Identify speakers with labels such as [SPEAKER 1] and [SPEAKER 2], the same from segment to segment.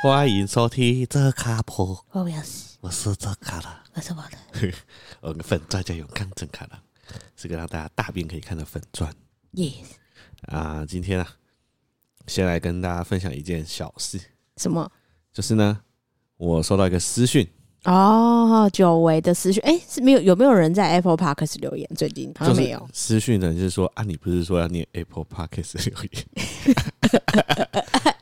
[SPEAKER 1] 欢迎收听这卡坡，
[SPEAKER 2] 我不要死，
[SPEAKER 1] 我是这卡郎，
[SPEAKER 2] 我是我的。
[SPEAKER 1] 我们粉钻叫永康正卡郎，是个让大家大便可以看的粉钻
[SPEAKER 2] Yes，
[SPEAKER 1] 啊。今天啊，先来跟大家分享一件小事，
[SPEAKER 2] 什么？
[SPEAKER 1] 就是呢，我收到一个私讯，
[SPEAKER 2] 哦，久违的思绪，哎、是没有有没有人在 Apple Park 留言？最近好
[SPEAKER 1] 就
[SPEAKER 2] 像
[SPEAKER 1] 是
[SPEAKER 2] 没有。
[SPEAKER 1] 私讯呢，就是说啊，你不是说要念 Apple Podcast 留言？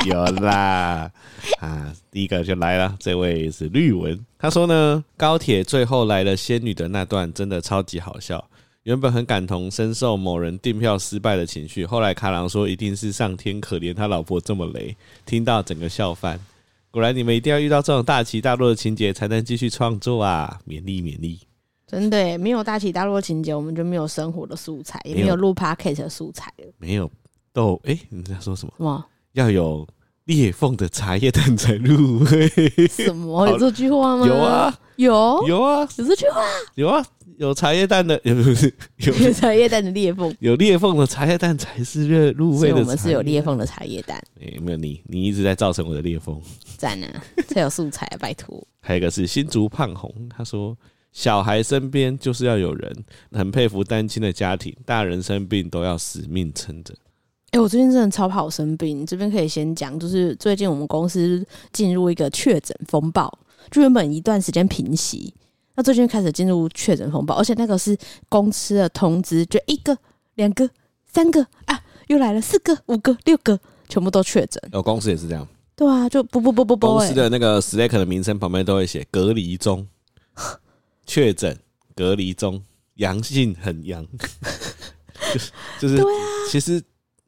[SPEAKER 1] 有啦，啊，第一个就来了，这位是绿文，他说呢，高铁最后来了仙女的那段真的超级好笑。原本很感同身受某人订票失败的情绪，后来卡郎说一定是上天可怜他老婆这么雷，听到整个笑翻。果然你们一定要遇到这种大起大落的情节，才能继续创作啊！勉励勉励。
[SPEAKER 2] 真的耶没有大起大落情节，我们就没有生活的素材，也
[SPEAKER 1] 没有
[SPEAKER 2] 没有录 podcast 的素材了。
[SPEAKER 1] 没有豆，哎、你在说什么？
[SPEAKER 2] 什么
[SPEAKER 1] 要有裂缝的茶叶蛋才 入味。
[SPEAKER 2] 什么？
[SPEAKER 1] 了
[SPEAKER 2] 有这句话吗？
[SPEAKER 1] 有啊，
[SPEAKER 2] 有
[SPEAKER 1] 有啊，
[SPEAKER 2] 有这句话。
[SPEAKER 1] 有啊，有茶叶蛋的，也 不是有
[SPEAKER 2] 茶叶蛋的裂缝，
[SPEAKER 1] 有裂缝的茶叶蛋才是热入
[SPEAKER 2] 所
[SPEAKER 1] 味
[SPEAKER 2] 以
[SPEAKER 1] 的。
[SPEAKER 2] 我们是有裂，缝的茶叶蛋，
[SPEAKER 1] 哎、没有你，你一直在造成我的裂缝。
[SPEAKER 2] 赞啊！才有素材，拜托。
[SPEAKER 1] 还有一个是新竹胖红，他说。小孩身边就是要有人，很佩服单亲的家庭，大人生病都要死命撑着。
[SPEAKER 2] 哎、我最近真的超怕我生病，这边可以先讲，就是最近我们公司进入一个确诊风暴，就原本一段时间平息，那最近开始进入确诊风暴，而且那个是公司的通知，就一个、两个、三个啊，又来了四个、五个、六个，全部都确诊。
[SPEAKER 1] 有哦公司也是这样，
[SPEAKER 2] 对啊，就不不不不不、
[SPEAKER 1] 公司
[SPEAKER 2] 欸，
[SPEAKER 1] 的那个 Slack 的名称旁边都会写隔离中、确诊、隔离中、阳性很阳， 就是就是，
[SPEAKER 2] 啊
[SPEAKER 1] 其实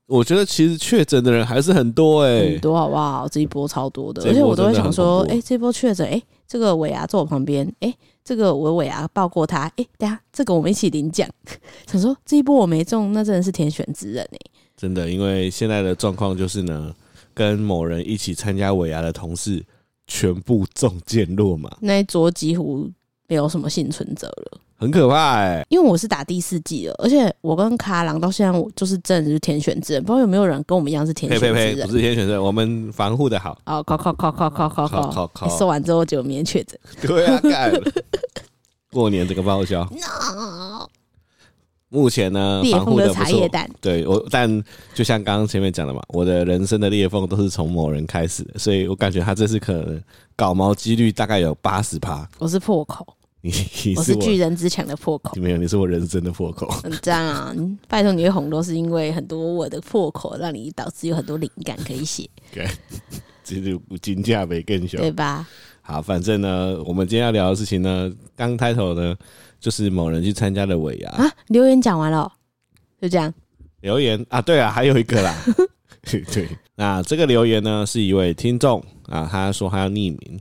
[SPEAKER 1] 我觉得其实确诊的人还是很多哎、
[SPEAKER 2] 很多好不好？这一波超多的，
[SPEAKER 1] 这一
[SPEAKER 2] 而且
[SPEAKER 1] 波
[SPEAKER 2] 我都会
[SPEAKER 1] 真的
[SPEAKER 2] 想
[SPEAKER 1] 很
[SPEAKER 2] 说，
[SPEAKER 1] 恐
[SPEAKER 2] 哎、
[SPEAKER 1] 怖
[SPEAKER 2] 这波确诊，哎、这个尾牙坐我旁边，哎、这个我尾牙抱过他，哎、等一下这个我们一起领奖， 想说这一波我没中，那真的是天选之人哎、
[SPEAKER 1] 真的，因为现在的状况就是呢，跟某人一起参加尾牙的同事全部中箭落马，
[SPEAKER 2] 那一桌几乎没有什么幸存者了。
[SPEAKER 1] 很可怕哎、
[SPEAKER 2] 因为我是打第四季了，而且我跟卡郎到现在我就是真的是天选之人，不知道有没有人跟我们一样是天
[SPEAKER 1] 呸
[SPEAKER 2] 选之
[SPEAKER 1] 呸
[SPEAKER 2] 人。
[SPEAKER 1] 呸，不是天选之人，我们防护的好，
[SPEAKER 2] 哦，靠靠靠靠靠靠
[SPEAKER 1] 靠靠靠
[SPEAKER 2] 你说完之后就明天确诊。
[SPEAKER 1] 对啊，干过年这个报销，
[SPEAKER 2] No，
[SPEAKER 1] 目前呢，
[SPEAKER 2] 裂
[SPEAKER 1] 防
[SPEAKER 2] 缝
[SPEAKER 1] 护
[SPEAKER 2] 的
[SPEAKER 1] 的不
[SPEAKER 2] 茶
[SPEAKER 1] 错
[SPEAKER 2] 叶。蛋，
[SPEAKER 1] 对我，但就像刚刚前面讲的嘛，我的人生的裂缝都是从某人开始的，所以我感觉他这次可能搞毛几率大概有八十趴。
[SPEAKER 2] 我是破口，
[SPEAKER 1] 你你
[SPEAKER 2] 我
[SPEAKER 1] 是
[SPEAKER 2] 是
[SPEAKER 1] 我
[SPEAKER 2] 巨人之强的破口。
[SPEAKER 1] 没有，你是我人生的破口。
[SPEAKER 2] 嗯，这样啊，你拜托你会红都是因为很多我的破口，让你导致有很多灵感可以写，
[SPEAKER 1] 这就金价没更凶。
[SPEAKER 2] 对啊吧？
[SPEAKER 1] 好，反正呢，我们今天要聊的事情呢，刚开头呢，就是某人去参加了尾牙、
[SPEAKER 2] 啊，留言讲完了哦，就这样。
[SPEAKER 1] 留言啊，对啊，还有一个 啦。对，那这个留言呢，是一位听众啊，他说他要匿名。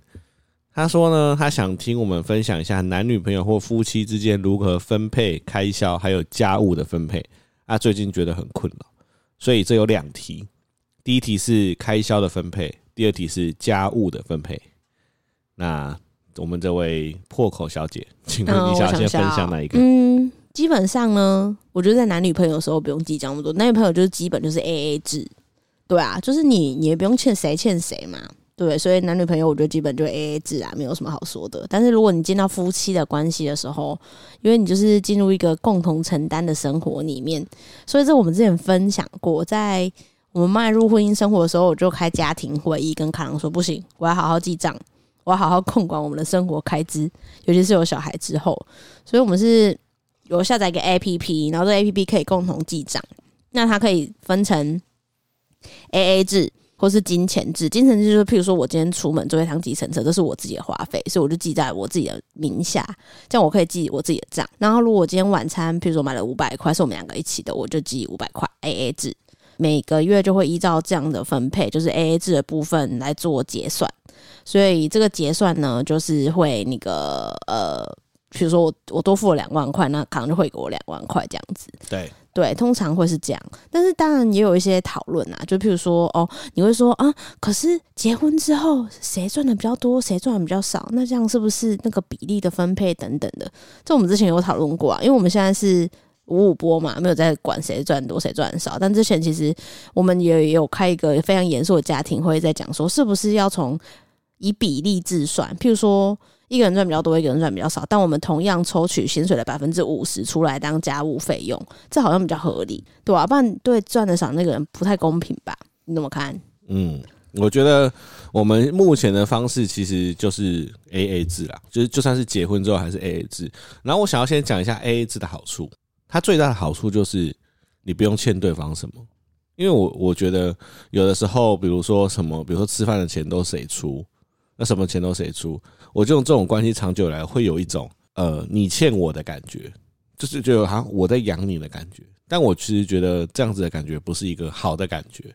[SPEAKER 1] 他说呢，他想听我们分享一下男女朋友或夫妻之间如何分配开销，还有家务的分配。他最近觉得很困扰，所以这有两题。第一题是开销的分配，第二题是家务的分配。那我们这位破口小姐，请问
[SPEAKER 2] 嗯，
[SPEAKER 1] 你
[SPEAKER 2] 我
[SPEAKER 1] 想要
[SPEAKER 2] 想
[SPEAKER 1] 先
[SPEAKER 2] 一下
[SPEAKER 1] 分
[SPEAKER 2] 哦
[SPEAKER 1] 享哪一个？
[SPEAKER 2] 嗯，基本上呢，我觉得在男女朋友的时候不用计较那么多，男女朋友就是基本就是 A A 制，对啊，就是你你也不用欠谁欠谁嘛，对，所以男女朋友我觉得基本就 A A 制啊，没有什么好说的。但是如果你进到夫妻的关系的时候，因为你就是进入一个共同承担的生活里面，所以这我们之前分享过，在我们迈入婚姻生活的时候，我就开家庭会议，跟卡郎说不行，我要好好记账。我要好好控管我们的生活开支，尤其是有小孩之后，所以我们是有下载一个 APP，然后这个 APP 可以共同记账，那它可以分成 AA 制或是金钱制。金钱制就是，譬如说我今天出门坐一趟计程车，这是我自己的花费，所以我就记在我自己的名下，这样我可以记我自己的账。然后如果我今天晚餐，譬如说买了五百块，是我们两个一起的，我就记五百块 AA 制。每个月就会依照这样的分配，就是 A A 制的部分来做结算，所以这个结算呢，就是会那个呃，比如说我我多付了两万块，那可能就会给我两万块这样子。
[SPEAKER 1] 对，
[SPEAKER 2] 对，通常会是这样，但是当然也有一些讨论啊，就譬如说，哦，你会说啊，可是结婚之后谁赚的比较多，谁赚的比较少，那这样是不是那个比例的分配等等的？这我们之前有讨论过啊，因为我们现在是五五波嘛，没有在管谁赚多谁赚少。但之前其实我们也有开一个非常严肃的家庭会，在讲说是不是要从以比例计算，譬如说一个人赚比较多，一个人赚比较少，但我们同样抽取薪水的百分之五十出来当家务费用，这好像比较合理，对啊吧、不然对赚的少那个人不太公平吧？你怎么看？
[SPEAKER 1] 嗯，我觉得我们目前的方式其实就是 A A 制啦，就是就算是结婚之后还是 A A 制。然后我想要先讲一下 A A 制的好处，它最大的好处就是你不用欠对方什么。因为我我觉得有的时候，比如说什么，比如说吃饭的钱都谁出，那什么钱都谁出，我这种这种关系长久以来会有一种呃你欠我的感觉，就是就好像我在养你的感觉。但我其实觉得这样子的感觉不是一个好的感觉，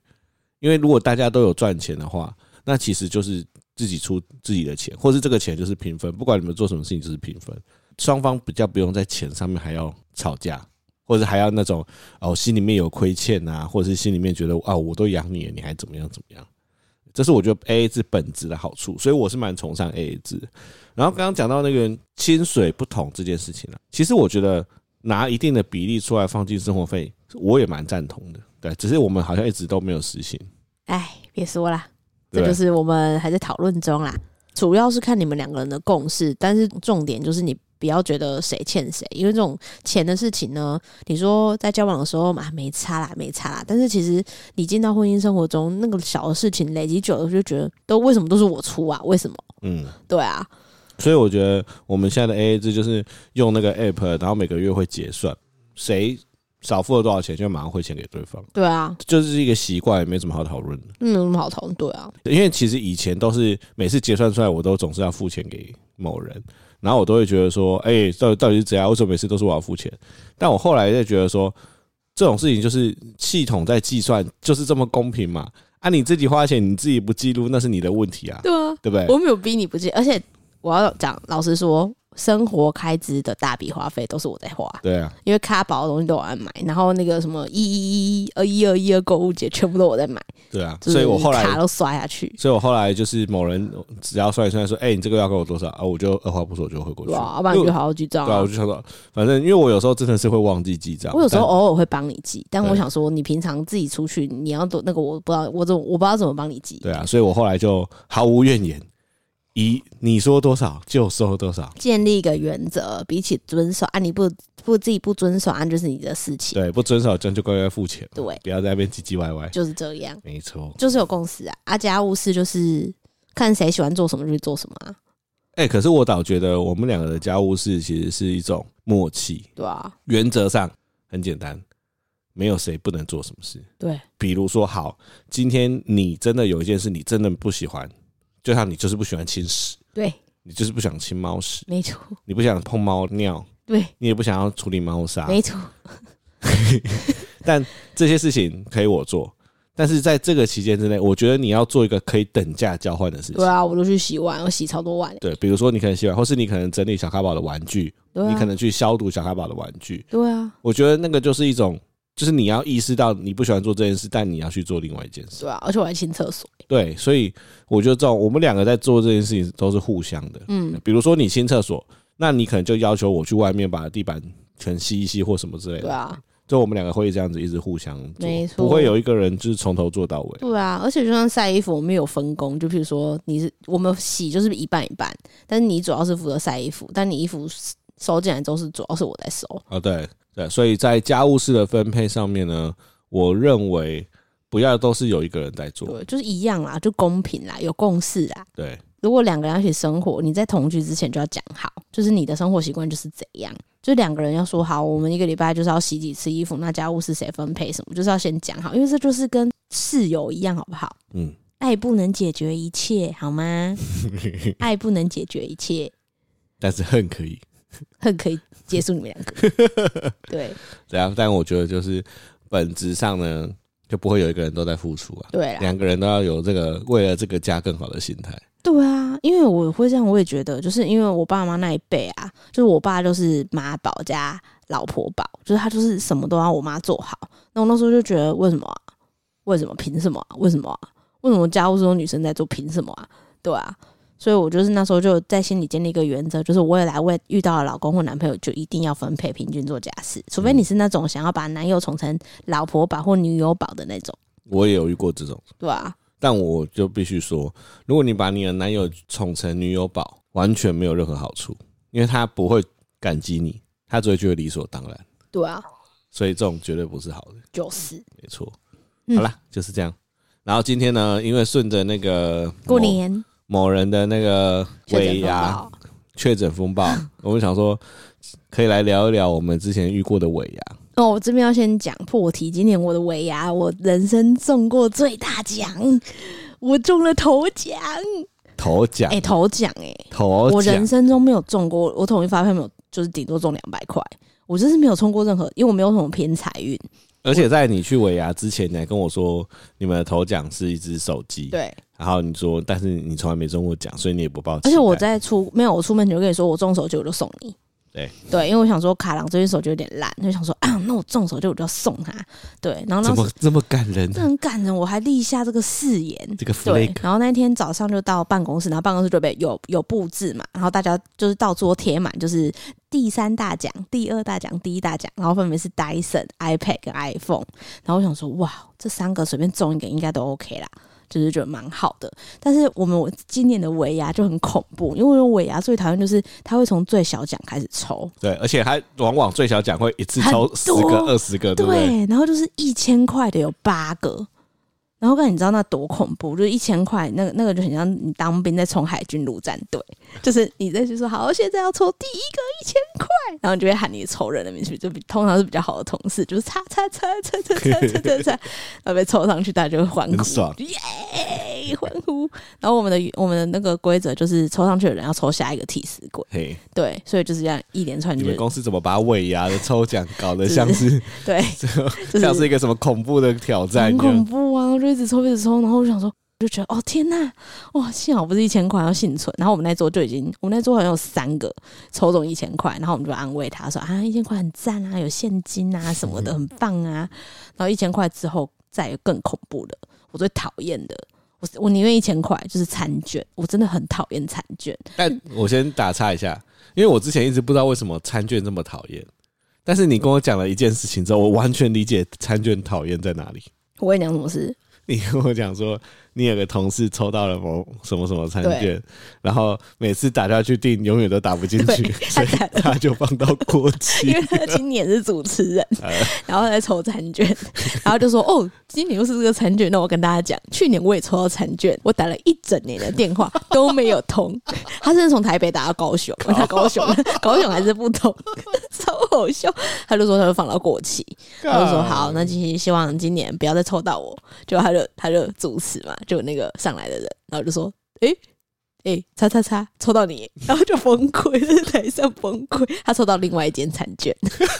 [SPEAKER 1] 因为如果大家都有赚钱的话，那其实就是自己出自己的钱，或是这个钱就是平分，不管你们做什么事情就是平分，双方比较不用在钱上面还要吵架，或者还要那种哦心里面有亏欠啊，或者是心里面觉得啊我都养你了，你还怎么样怎么样。这是我觉得 A A 制本质的好处，所以我是蛮崇尚 A A 制。然后刚刚讲到那个薪水不同这件事情啊，其实我觉得拿一定的比例出来放进生活费，我也蛮赞同的。对，只是我们好像一直都没有实行。
[SPEAKER 2] 哎，别说啦，
[SPEAKER 1] 对
[SPEAKER 2] 这
[SPEAKER 1] 不对
[SPEAKER 2] 就是我们还在讨论中啦。主要是看你们两个人的共识，但是重点就是你不要觉得谁欠谁，因为这种钱的事情呢，你说在交往的时候嘛啊没差啦，没差啦，但是其实你进到婚姻生活中，那个小的事情累积久了，就觉得都为什么都是我出啊？为什么？
[SPEAKER 1] 嗯，
[SPEAKER 2] 对啊，
[SPEAKER 1] 所以我觉得我们现在的 AA 制就是用那个 app，然后每个月会结算，谁少付了多少钱就马上汇钱给对方，
[SPEAKER 2] 对啊，
[SPEAKER 1] 就是一个习惯，也没什么好讨论的。
[SPEAKER 2] 没有什么好讨论，对啊，
[SPEAKER 1] 因为其实以前都是每次结算出来，我都总是要付钱给某人，然后我都会觉得说，哎、到底到底是怎样？为什么每次都是我要付钱？但我后来就觉得说，这种事情就是系统在计算，就是这么公平嘛。啊，你自己花钱，你自己不记录，那是你的问题啊，
[SPEAKER 2] 对啊，
[SPEAKER 1] 对不对？
[SPEAKER 2] 我没有逼你不借，而且我要讲，老实说，生活开支的大笔花费都是我在花，
[SPEAKER 1] 对啊，
[SPEAKER 2] 因为卡宝的东西都我在买，然后那个什么一一一二一二一二购物节全部都我在买，
[SPEAKER 1] 对啊，
[SPEAKER 2] 就是
[SPEAKER 1] 所以我后来
[SPEAKER 2] 卡都刷下去。
[SPEAKER 1] 所以我后来就是某人只要算一算说，哎、你这个要给我多少啊？我就二话不说我就汇过去。
[SPEAKER 2] 哇，要不然你
[SPEAKER 1] 因为
[SPEAKER 2] 就好好记账
[SPEAKER 1] 对啊，
[SPEAKER 2] 啊
[SPEAKER 1] 我！就想说，反正因为我有时候真的是会忘记记账。
[SPEAKER 2] 我有时候
[SPEAKER 1] 但
[SPEAKER 2] 偶尔会帮你记，但
[SPEAKER 1] 对
[SPEAKER 2] 我想说，你平常自己出去，你要多那个，我不知道，我怎么我不知道怎么帮你记。
[SPEAKER 1] 对啊，所以我后来就毫无怨言，以你说多少就收多少。
[SPEAKER 2] 建立一个原则，比起遵守啊，你不不自己不遵守啊，就是你的事情，
[SPEAKER 1] 对，不遵守这样就乖乖付钱，
[SPEAKER 2] 对，
[SPEAKER 1] 不要在那边唧唧歪歪。
[SPEAKER 2] 就是这样，
[SPEAKER 1] 没错，
[SPEAKER 2] 就是有共识啊。啊，家务事就是看谁喜欢做什么就去做什么啊，
[SPEAKER 1] 哎、可是我倒觉得我们两个的家务事其实是一种默契，
[SPEAKER 2] 对啊，
[SPEAKER 1] 原则上很简单，没有谁不能做什么事。
[SPEAKER 2] 对，
[SPEAKER 1] 比如说，好，今天你真的有一件事你真的不喜欢，就像你就是不喜欢亲屎，
[SPEAKER 2] 对，
[SPEAKER 1] 你就是不想亲猫屎，
[SPEAKER 2] 没错，
[SPEAKER 1] 你不想碰猫尿，
[SPEAKER 2] 对，
[SPEAKER 1] 你也不想要处理猫砂，
[SPEAKER 2] 没错，
[SPEAKER 1] 但这些事情可以我做。但是在这个期间之内，我觉得你要做一个可以等价交换的事
[SPEAKER 2] 对
[SPEAKER 1] 情。
[SPEAKER 2] 啊，我都去洗碗，我洗超多碗欸，
[SPEAKER 1] 对，比如说你可能喜欢，或是你可能整理小咖宝的玩具，
[SPEAKER 2] 对啊，
[SPEAKER 1] 你可能去消毒小咖宝的玩具。
[SPEAKER 2] 对啊，
[SPEAKER 1] 我觉得那个就是一种，就是你要意识到你不喜欢做这件事，但你要去做另外一件事。
[SPEAKER 2] 对啊，而且我还清厕所，
[SPEAKER 1] 对，所以我觉得这种我们两个在做这件事情都是互相的。
[SPEAKER 2] 嗯，
[SPEAKER 1] 比如说你清厕所，那你可能就要求我去外面把地板全吸一吸或什么之类
[SPEAKER 2] 对
[SPEAKER 1] 的。
[SPEAKER 2] 啊，
[SPEAKER 1] 就我们两个会这样子一直互相做
[SPEAKER 2] 没，错
[SPEAKER 1] 不会有一个人就是从头做到尾。
[SPEAKER 2] 对啊，而且就像晒衣服，我们有分工，就譬如说你是我们洗就是一半一半，但是你主要是负责晒衣服，但你衣服收进来都是主要是我在收，
[SPEAKER 1] 啊，对对，所以在家务事的分配上面呢，我认为不要都是有一个人在做，
[SPEAKER 2] 对，就是一样啦，就公平啦，有共识啦。
[SPEAKER 1] 对
[SPEAKER 2] 如果两个人要一起生活，你在同居之前就要讲好，就是你的生活习惯就是怎样，就两个人要说好，我们一个礼拜就是要洗几次衣服，那家务事谁分配什么，就是要先讲好，因为这就是跟室友一样，好不好？
[SPEAKER 1] 嗯，
[SPEAKER 2] 爱不能解决一切，好吗？爱不能解决一切，
[SPEAKER 1] 但是恨可以
[SPEAKER 2] 恨可以结束你们两个。对
[SPEAKER 1] 这样，但我觉得就是本质上呢，就不会有一个人都在付出啊，
[SPEAKER 2] 对啦，
[SPEAKER 1] 两个人都要有这个为了这个家更好的心态，
[SPEAKER 2] 对啊，因为我会这样，我也觉得，就是因为我爸妈那一辈啊，就是我爸就是妈宝加老婆宝，就是他就是什么都要我妈做好。那我那时候就觉得，为什么、啊？为什么？凭什么、啊？为什么、啊？为什么家务事都女生在做？凭什么啊？对啊，所以我就是那时候就在心里建立一个原则，就是我未来为遇到的老公或男朋友，就一定要分配平均做家事，除非你是那种想要把男友宠成老婆宝或女友宝的那种，
[SPEAKER 1] 我也有遇过这种，
[SPEAKER 2] 对啊，
[SPEAKER 1] 但我就必须说，如果你把你的男友宠成女友宝，完全没有任何好处，因为他不会感激你，他只会觉得理所当然，
[SPEAKER 2] 对啊，
[SPEAKER 1] 所以这种绝对不是好的。
[SPEAKER 2] 就是
[SPEAKER 1] 没错。
[SPEAKER 2] 嗯
[SPEAKER 1] 好啦，就是这样。然后今天呢，因为顺着那个
[SPEAKER 2] 过年
[SPEAKER 1] 某某人的那个
[SPEAKER 2] 确
[SPEAKER 1] 尾
[SPEAKER 2] 诊风
[SPEAKER 1] 牙
[SPEAKER 2] 暴，
[SPEAKER 1] 确诊风暴，我们想说可以来聊一聊我们之前遇过的尾牙。
[SPEAKER 2] 哦，我这边要先讲破题，今年我的尾牙，我人生中过最大奖，我中了头奖，
[SPEAKER 1] 头奖
[SPEAKER 2] 哎、，头奖哎、
[SPEAKER 1] 头
[SPEAKER 2] 我
[SPEAKER 1] 奖
[SPEAKER 2] 人，生中没有中过，我统一发票没有，就是顶多中两百块。我真是没有中过任何，因为我没有什么偏财运。
[SPEAKER 1] 而且在你去尾牙之前，你还跟我说你们的头奖是一只手机，，
[SPEAKER 2] 对，
[SPEAKER 1] 然后你说，但是你从来没中过奖，所以你也不抱歉。
[SPEAKER 2] 而且我在出没有，我出门前就跟你说，我中手机我就送你。
[SPEAKER 1] 对
[SPEAKER 2] 对，因为我想说卡郎这只手机有点烂，就想说啊，那我中手机我就要送他。对，然后
[SPEAKER 1] 怎
[SPEAKER 2] 那时
[SPEAKER 1] 么这么感人
[SPEAKER 2] 这很感人，我还立下这个誓言。
[SPEAKER 1] 这个
[SPEAKER 2] 对
[SPEAKER 1] flag，，
[SPEAKER 2] 然后那天早上就到办公室，然后办公室就被有有布置嘛，然后大家就是到桌贴满，就是第三大奖、第二大奖、第一大奖，然后分别是 Dyson、iPad 跟 iPhone。然后我想说，哇，这三个随便中一个应该都 OK 啦，就是觉得蛮好的。但是我们我今年的尾牙就很恐怖，因为我尾牙最讨厌就是他会从最小奖开始抽，
[SPEAKER 1] 对，而且它往往最小奖会一次抽十
[SPEAKER 2] 很
[SPEAKER 1] 个、
[SPEAKER 2] 多
[SPEAKER 1] 二十个，对不对？
[SPEAKER 2] 然后就是一千块的有八个，然后但你知道那多恐怖？就是一千块，那个那个就很像你当兵在冲海军陆战队，就是你在就说好，现在要抽第一个一千块，然后你就会喊你的仇人的名字，就比通常是比较好的同事，就是擦擦擦擦擦擦 擦擦擦，然后被抽上去，大家就会欢呼，
[SPEAKER 1] 很爽
[SPEAKER 2] 就耶欢呼。然后我们的我们的那个规则就是抽上去的人要抽下一个替死鬼，
[SPEAKER 1] 嘿，
[SPEAKER 2] 对，所以就是这样一连串
[SPEAKER 1] 你
[SPEAKER 2] 就
[SPEAKER 1] 们公司怎么把尾牙的抽奖搞得像是
[SPEAKER 2] 对，就是
[SPEAKER 1] 像是一个什么恐怖的挑战
[SPEAKER 2] 很
[SPEAKER 1] 一
[SPEAKER 2] 恐
[SPEAKER 1] 样？
[SPEAKER 2] 怖啊！我就一直抽，一直抽，然后我就想说，我就觉得哦天呐，哇，幸好不是一千块要幸存。然后我们那桌就已经，我们那桌好像有三个抽中一千块，然后我们就安慰他说啊，一千块很赞啊，有现金啊什么的，很棒啊。然后一千块之后，再有更恐怖的，我最讨厌的。我我宁愿一千块，就是餐券，我真的很讨厌餐券。
[SPEAKER 1] 但我先打岔一下，因为我之前一直不知道为什么餐券这么讨厌，但是你跟我讲了一件事情之后，我完全理解餐券讨厌在哪里。
[SPEAKER 2] 我跟你讲什么事？
[SPEAKER 1] 你跟我讲说，你有个同事抽到了某什么什么餐券，然后每次打掉去订，永远都打不进去，
[SPEAKER 2] 对
[SPEAKER 1] 所以
[SPEAKER 2] 他打了
[SPEAKER 1] 他就放到过
[SPEAKER 2] 因
[SPEAKER 1] 期
[SPEAKER 2] 为。他今年是主持人，然后他在抽餐券，然后就说：“哦，今年又是这个餐券。”那我跟大家讲，去年我也抽到餐券，我打了一整年的电话都没有通。他甚至从台北打到高雄，我打高雄，高雄还是不通， 超好笑。他就说他会放到过期，他就
[SPEAKER 1] 嗯啊
[SPEAKER 2] 说好，那其实希望今年不要再抽到我。就他就他就主持嘛，就那个上来的人，然后就说：“诶、诶，叉叉叉，抽到你， 然后就崩溃，在台上崩溃。他抽到另外一间餐券，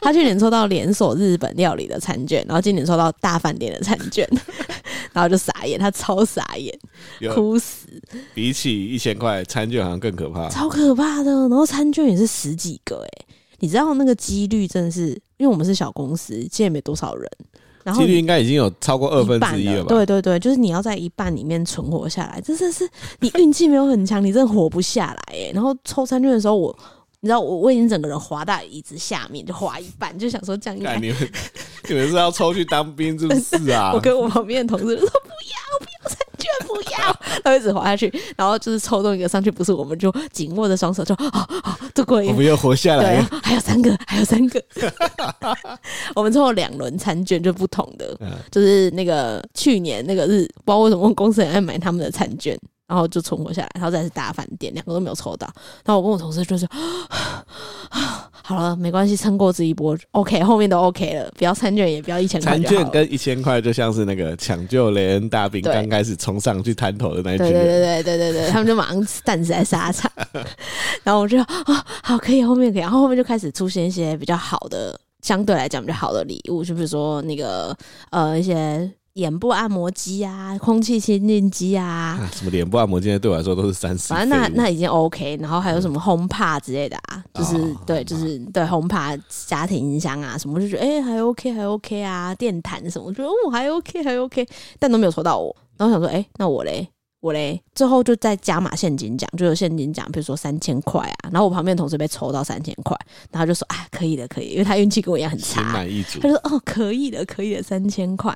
[SPEAKER 2] 他去年抽到连锁日本料理的餐券，然后今年抽到大饭店的餐券， 然后就傻眼，他超傻眼，
[SPEAKER 1] 有
[SPEAKER 2] 哭死，
[SPEAKER 1] 比起一千块餐券好像更可怕。
[SPEAKER 2] 超可怕的。然后餐券也是十几个、诶，你知道那个几率真的是，因为我们是小公司，其实也没多少人，然后
[SPEAKER 1] 几
[SPEAKER 2] 你
[SPEAKER 1] 率应该已经有超过二分之一
[SPEAKER 2] 半
[SPEAKER 1] 了吧？
[SPEAKER 2] 对对对，就是你要在一半里面存活下来，这真是你运气没有很强，你真的活不下来哎、然后抽餐券的时候我。你知道我我已经整个人滑到椅子下面，就滑一半，就想说这样应该
[SPEAKER 1] 干你们 你们是要抽去当兵是不是啊？
[SPEAKER 2] 我跟我旁边的同事就说不要，不要餐券，不要， 他会一直滑下去，然后就是抽中一个上去，不是我们就紧握着双手就啊啊，度过一
[SPEAKER 1] 我们又活下
[SPEAKER 2] 对
[SPEAKER 1] 来 了。
[SPEAKER 2] 啊，还有三个， 还有 三个，我们抽了两轮餐券，就不同的，
[SPEAKER 1] 嗯
[SPEAKER 2] 就是那个去年那个日，不知道为什么公司很爱买他们的餐券。然后就存活下来，然后再是大饭店，两个都没有抽到。然后我跟我同事就说：“ 好了，没关系，撑过这一波，OK，后面都 OK 了，不要餐券，也不要一千块
[SPEAKER 1] 残
[SPEAKER 2] 就好
[SPEAKER 1] 券
[SPEAKER 2] 了
[SPEAKER 1] 跟一千块就像是那个抢救雷恩大兵
[SPEAKER 2] 对
[SPEAKER 1] 刚开始冲上去滩头的那一
[SPEAKER 2] 对
[SPEAKER 1] 群
[SPEAKER 2] 对
[SPEAKER 1] 人，
[SPEAKER 2] 对对对对对，他们就马上散在沙场， 然后我就啊，好可以，后面可以，然后后面就开始出现一些比较好的，相对来讲比较好的礼物，就比如说那个呃一些眼部按摩机啊、空气清净机啊，
[SPEAKER 1] 啊，什么脸部按摩，今天对我来说都是三十。
[SPEAKER 2] 反正那那已经 OK，然后还有什么轰趴之类的啊，就是、
[SPEAKER 1] 哦
[SPEAKER 2] 对，就是对轰趴家庭音箱啊什么，我就觉得哎、还 OK 还 OK 啊，电毯什么，我觉得哦还 OK 还 OK，但都没有抽到我，然后我想说哎、那我嘞，我嘞，最后就再加码现金奖，就有现金奖，比如说三千块啊。然后我旁边的同事被抽到三千块，然后就说：“啊，可以的，可以的。”因为他运气跟我一样很
[SPEAKER 1] 心
[SPEAKER 2] 差。
[SPEAKER 1] 满意足
[SPEAKER 2] 他。就说：“哦，可以的，可以的，三千块。”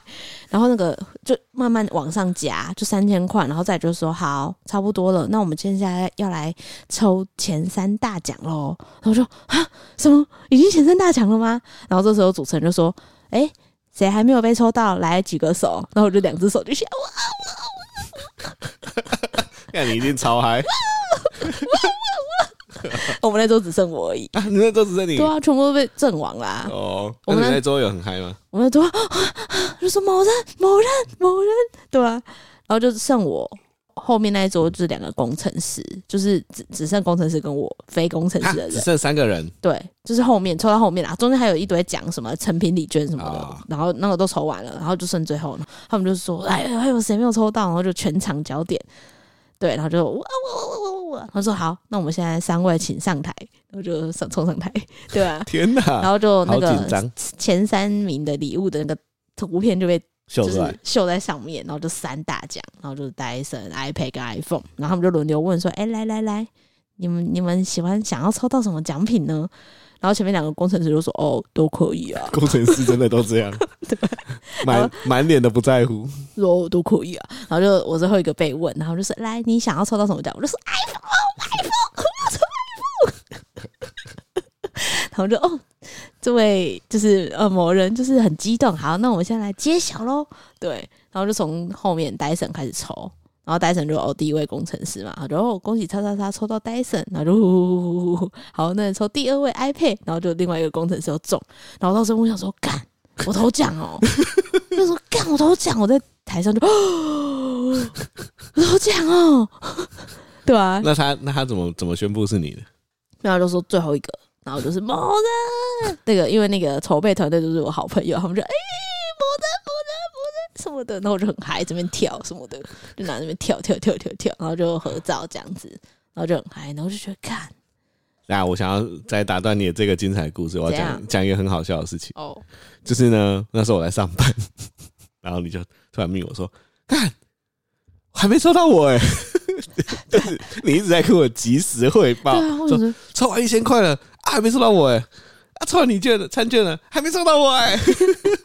[SPEAKER 2] 然后那个就慢慢往上加，就三千块，然后再就说：“好，差不多了，那我们接下来要来抽前三大奖喽。”然后我说：“啊，什么？已经前三大奖了吗？”然后这时候主持人就说：“哎，谁还没有被抽到？来举个手。”然后我就两只手就想哦哇。
[SPEAKER 1] 那你一定超嗨
[SPEAKER 2] 我们那周只剩我而已。
[SPEAKER 1] 啊！你那周只剩你
[SPEAKER 2] 对啊，全部都被阵亡啦。
[SPEAKER 1] 哦，
[SPEAKER 2] 我
[SPEAKER 1] 那
[SPEAKER 2] 们
[SPEAKER 1] 你那周有很嗨吗？
[SPEAKER 2] 我们 都啊啊啊就说某人、某人、某人，对啊，然后就剩我后面那一桌就是两个工程师，就是只只剩工程师跟我非工程
[SPEAKER 1] 啊
[SPEAKER 2] 师的
[SPEAKER 1] 只
[SPEAKER 2] 人。
[SPEAKER 1] 剩三个人，
[SPEAKER 2] 对，就是后面抽到后面啊啦，中间还有一堆奖，什么成品礼券什么的，
[SPEAKER 1] 啊
[SPEAKER 2] 然后那个都抽完了，然后就剩最后，他们就说：“哎，还有谁没有抽到？”然后就全场焦点。对，然后就哇哇哇哇哇哇，他说：“好，那我们现在三位请上台。”我就上冲上台，对啊，
[SPEAKER 1] 天
[SPEAKER 2] 然
[SPEAKER 1] 哪，
[SPEAKER 2] 后就那
[SPEAKER 1] 好紧
[SPEAKER 2] 个
[SPEAKER 1] 张，
[SPEAKER 2] 前三名的礼物的那个图片就被
[SPEAKER 1] 秀
[SPEAKER 2] 就
[SPEAKER 1] 出来
[SPEAKER 2] 是。秀在上面，然后就三大奖，然后就是戴森、iPad 跟 iPhone，然后他们就轮流问说：“哎、来来来，你们你们喜欢想要抽到什么奖品呢？”然后前面两个工程师就说：“哦，都可以啊，
[SPEAKER 1] 工程师真的都这 样，满满脸的不在乎，
[SPEAKER 2] 哦，都可以啊。”然后就我最后一个被问，然后就说：“来，你想要抽到什么奖？”我就说：“iPhone，iPhone，我要抽 iPhone。”然后就哦，这位就是呃某人就是很激动，好，那我们现在来揭晓喽。对，然后就从后面 Dyson 开始抽，然后 Dyson 就哦第一位工程师嘛，然后恭喜叉叉叉抽到 Dyson，然后就呼呼呼呼呼，好，那抽第二位 iPad，然后就另外一个工程师又中，然后到时候我想说干，我头奖哦，那时候干我头奖，我在台上就哦我头奖哦， 对啊，
[SPEAKER 1] 那他那他怎么怎么宣布是你的？
[SPEAKER 2] 然后就说最后一个，然后就是某人， 那个因为那个筹备团队就是我好朋友，他们就哎某人某人某人什么的，然后我就很嗨，这边跳什么的，就拿那边跳跳跳跳跳，然后就合照这样子，然后就很嗨，然后就觉得看
[SPEAKER 1] 那我想要再打断你的这个精彩故事，我要
[SPEAKER 2] 怎样
[SPEAKER 1] 讲讲一个很好笑的事情，
[SPEAKER 2] 哦，
[SPEAKER 1] 就是呢，那时候我来上班， 然后你就突然命我说，看，还没抽到我哎、 就是你一直在跟我及时汇
[SPEAKER 2] 对
[SPEAKER 1] 报，
[SPEAKER 2] 啊，为什么
[SPEAKER 1] 抽完一千块了啊，还没抽到我哎、啊，抽完你券了，餐券了，还没抽到我哎、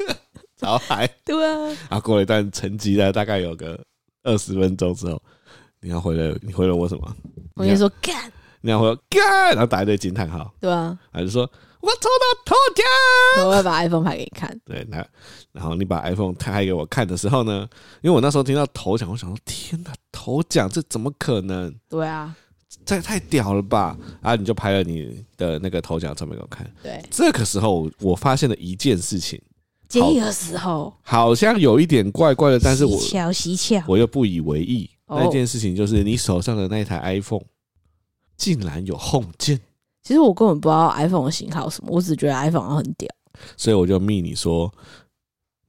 [SPEAKER 1] 超嗨！
[SPEAKER 2] 对啊？
[SPEAKER 1] 然后过了一段沉寂了大概有个二十分钟之后，你要回了，你回了我什么？
[SPEAKER 2] 我跟你说干，
[SPEAKER 1] 你要回我干，然后打一堆惊叹号，
[SPEAKER 2] 对啊，
[SPEAKER 1] 还是说我抽到头奖？
[SPEAKER 2] 然后我会把 iPhone 拍给你看，
[SPEAKER 1] 对，那然后你把 iPhone 开给我看的时候呢，因为我那时候听到头奖，我想说天哪，头奖这怎么可能？
[SPEAKER 2] 对啊，
[SPEAKER 1] 这也太屌了吧！然后你就拍了你的那个头奖照片给我看。
[SPEAKER 2] 对，
[SPEAKER 1] 这个时候，我发现了一件事情，
[SPEAKER 2] 这个时候，
[SPEAKER 1] 好像有一点怪怪的，但是我
[SPEAKER 2] 蹊跷蹊跷，
[SPEAKER 1] 我又不以为意。
[SPEAKER 2] 哦
[SPEAKER 1] 那件事情就是你手上的那台 iPhone 竟然有 Home 键，
[SPEAKER 2] 其实我根本不知道 iPhone 的型号什么，我只觉得 iPhone 好像 很屌，
[SPEAKER 1] 所以我就密你说，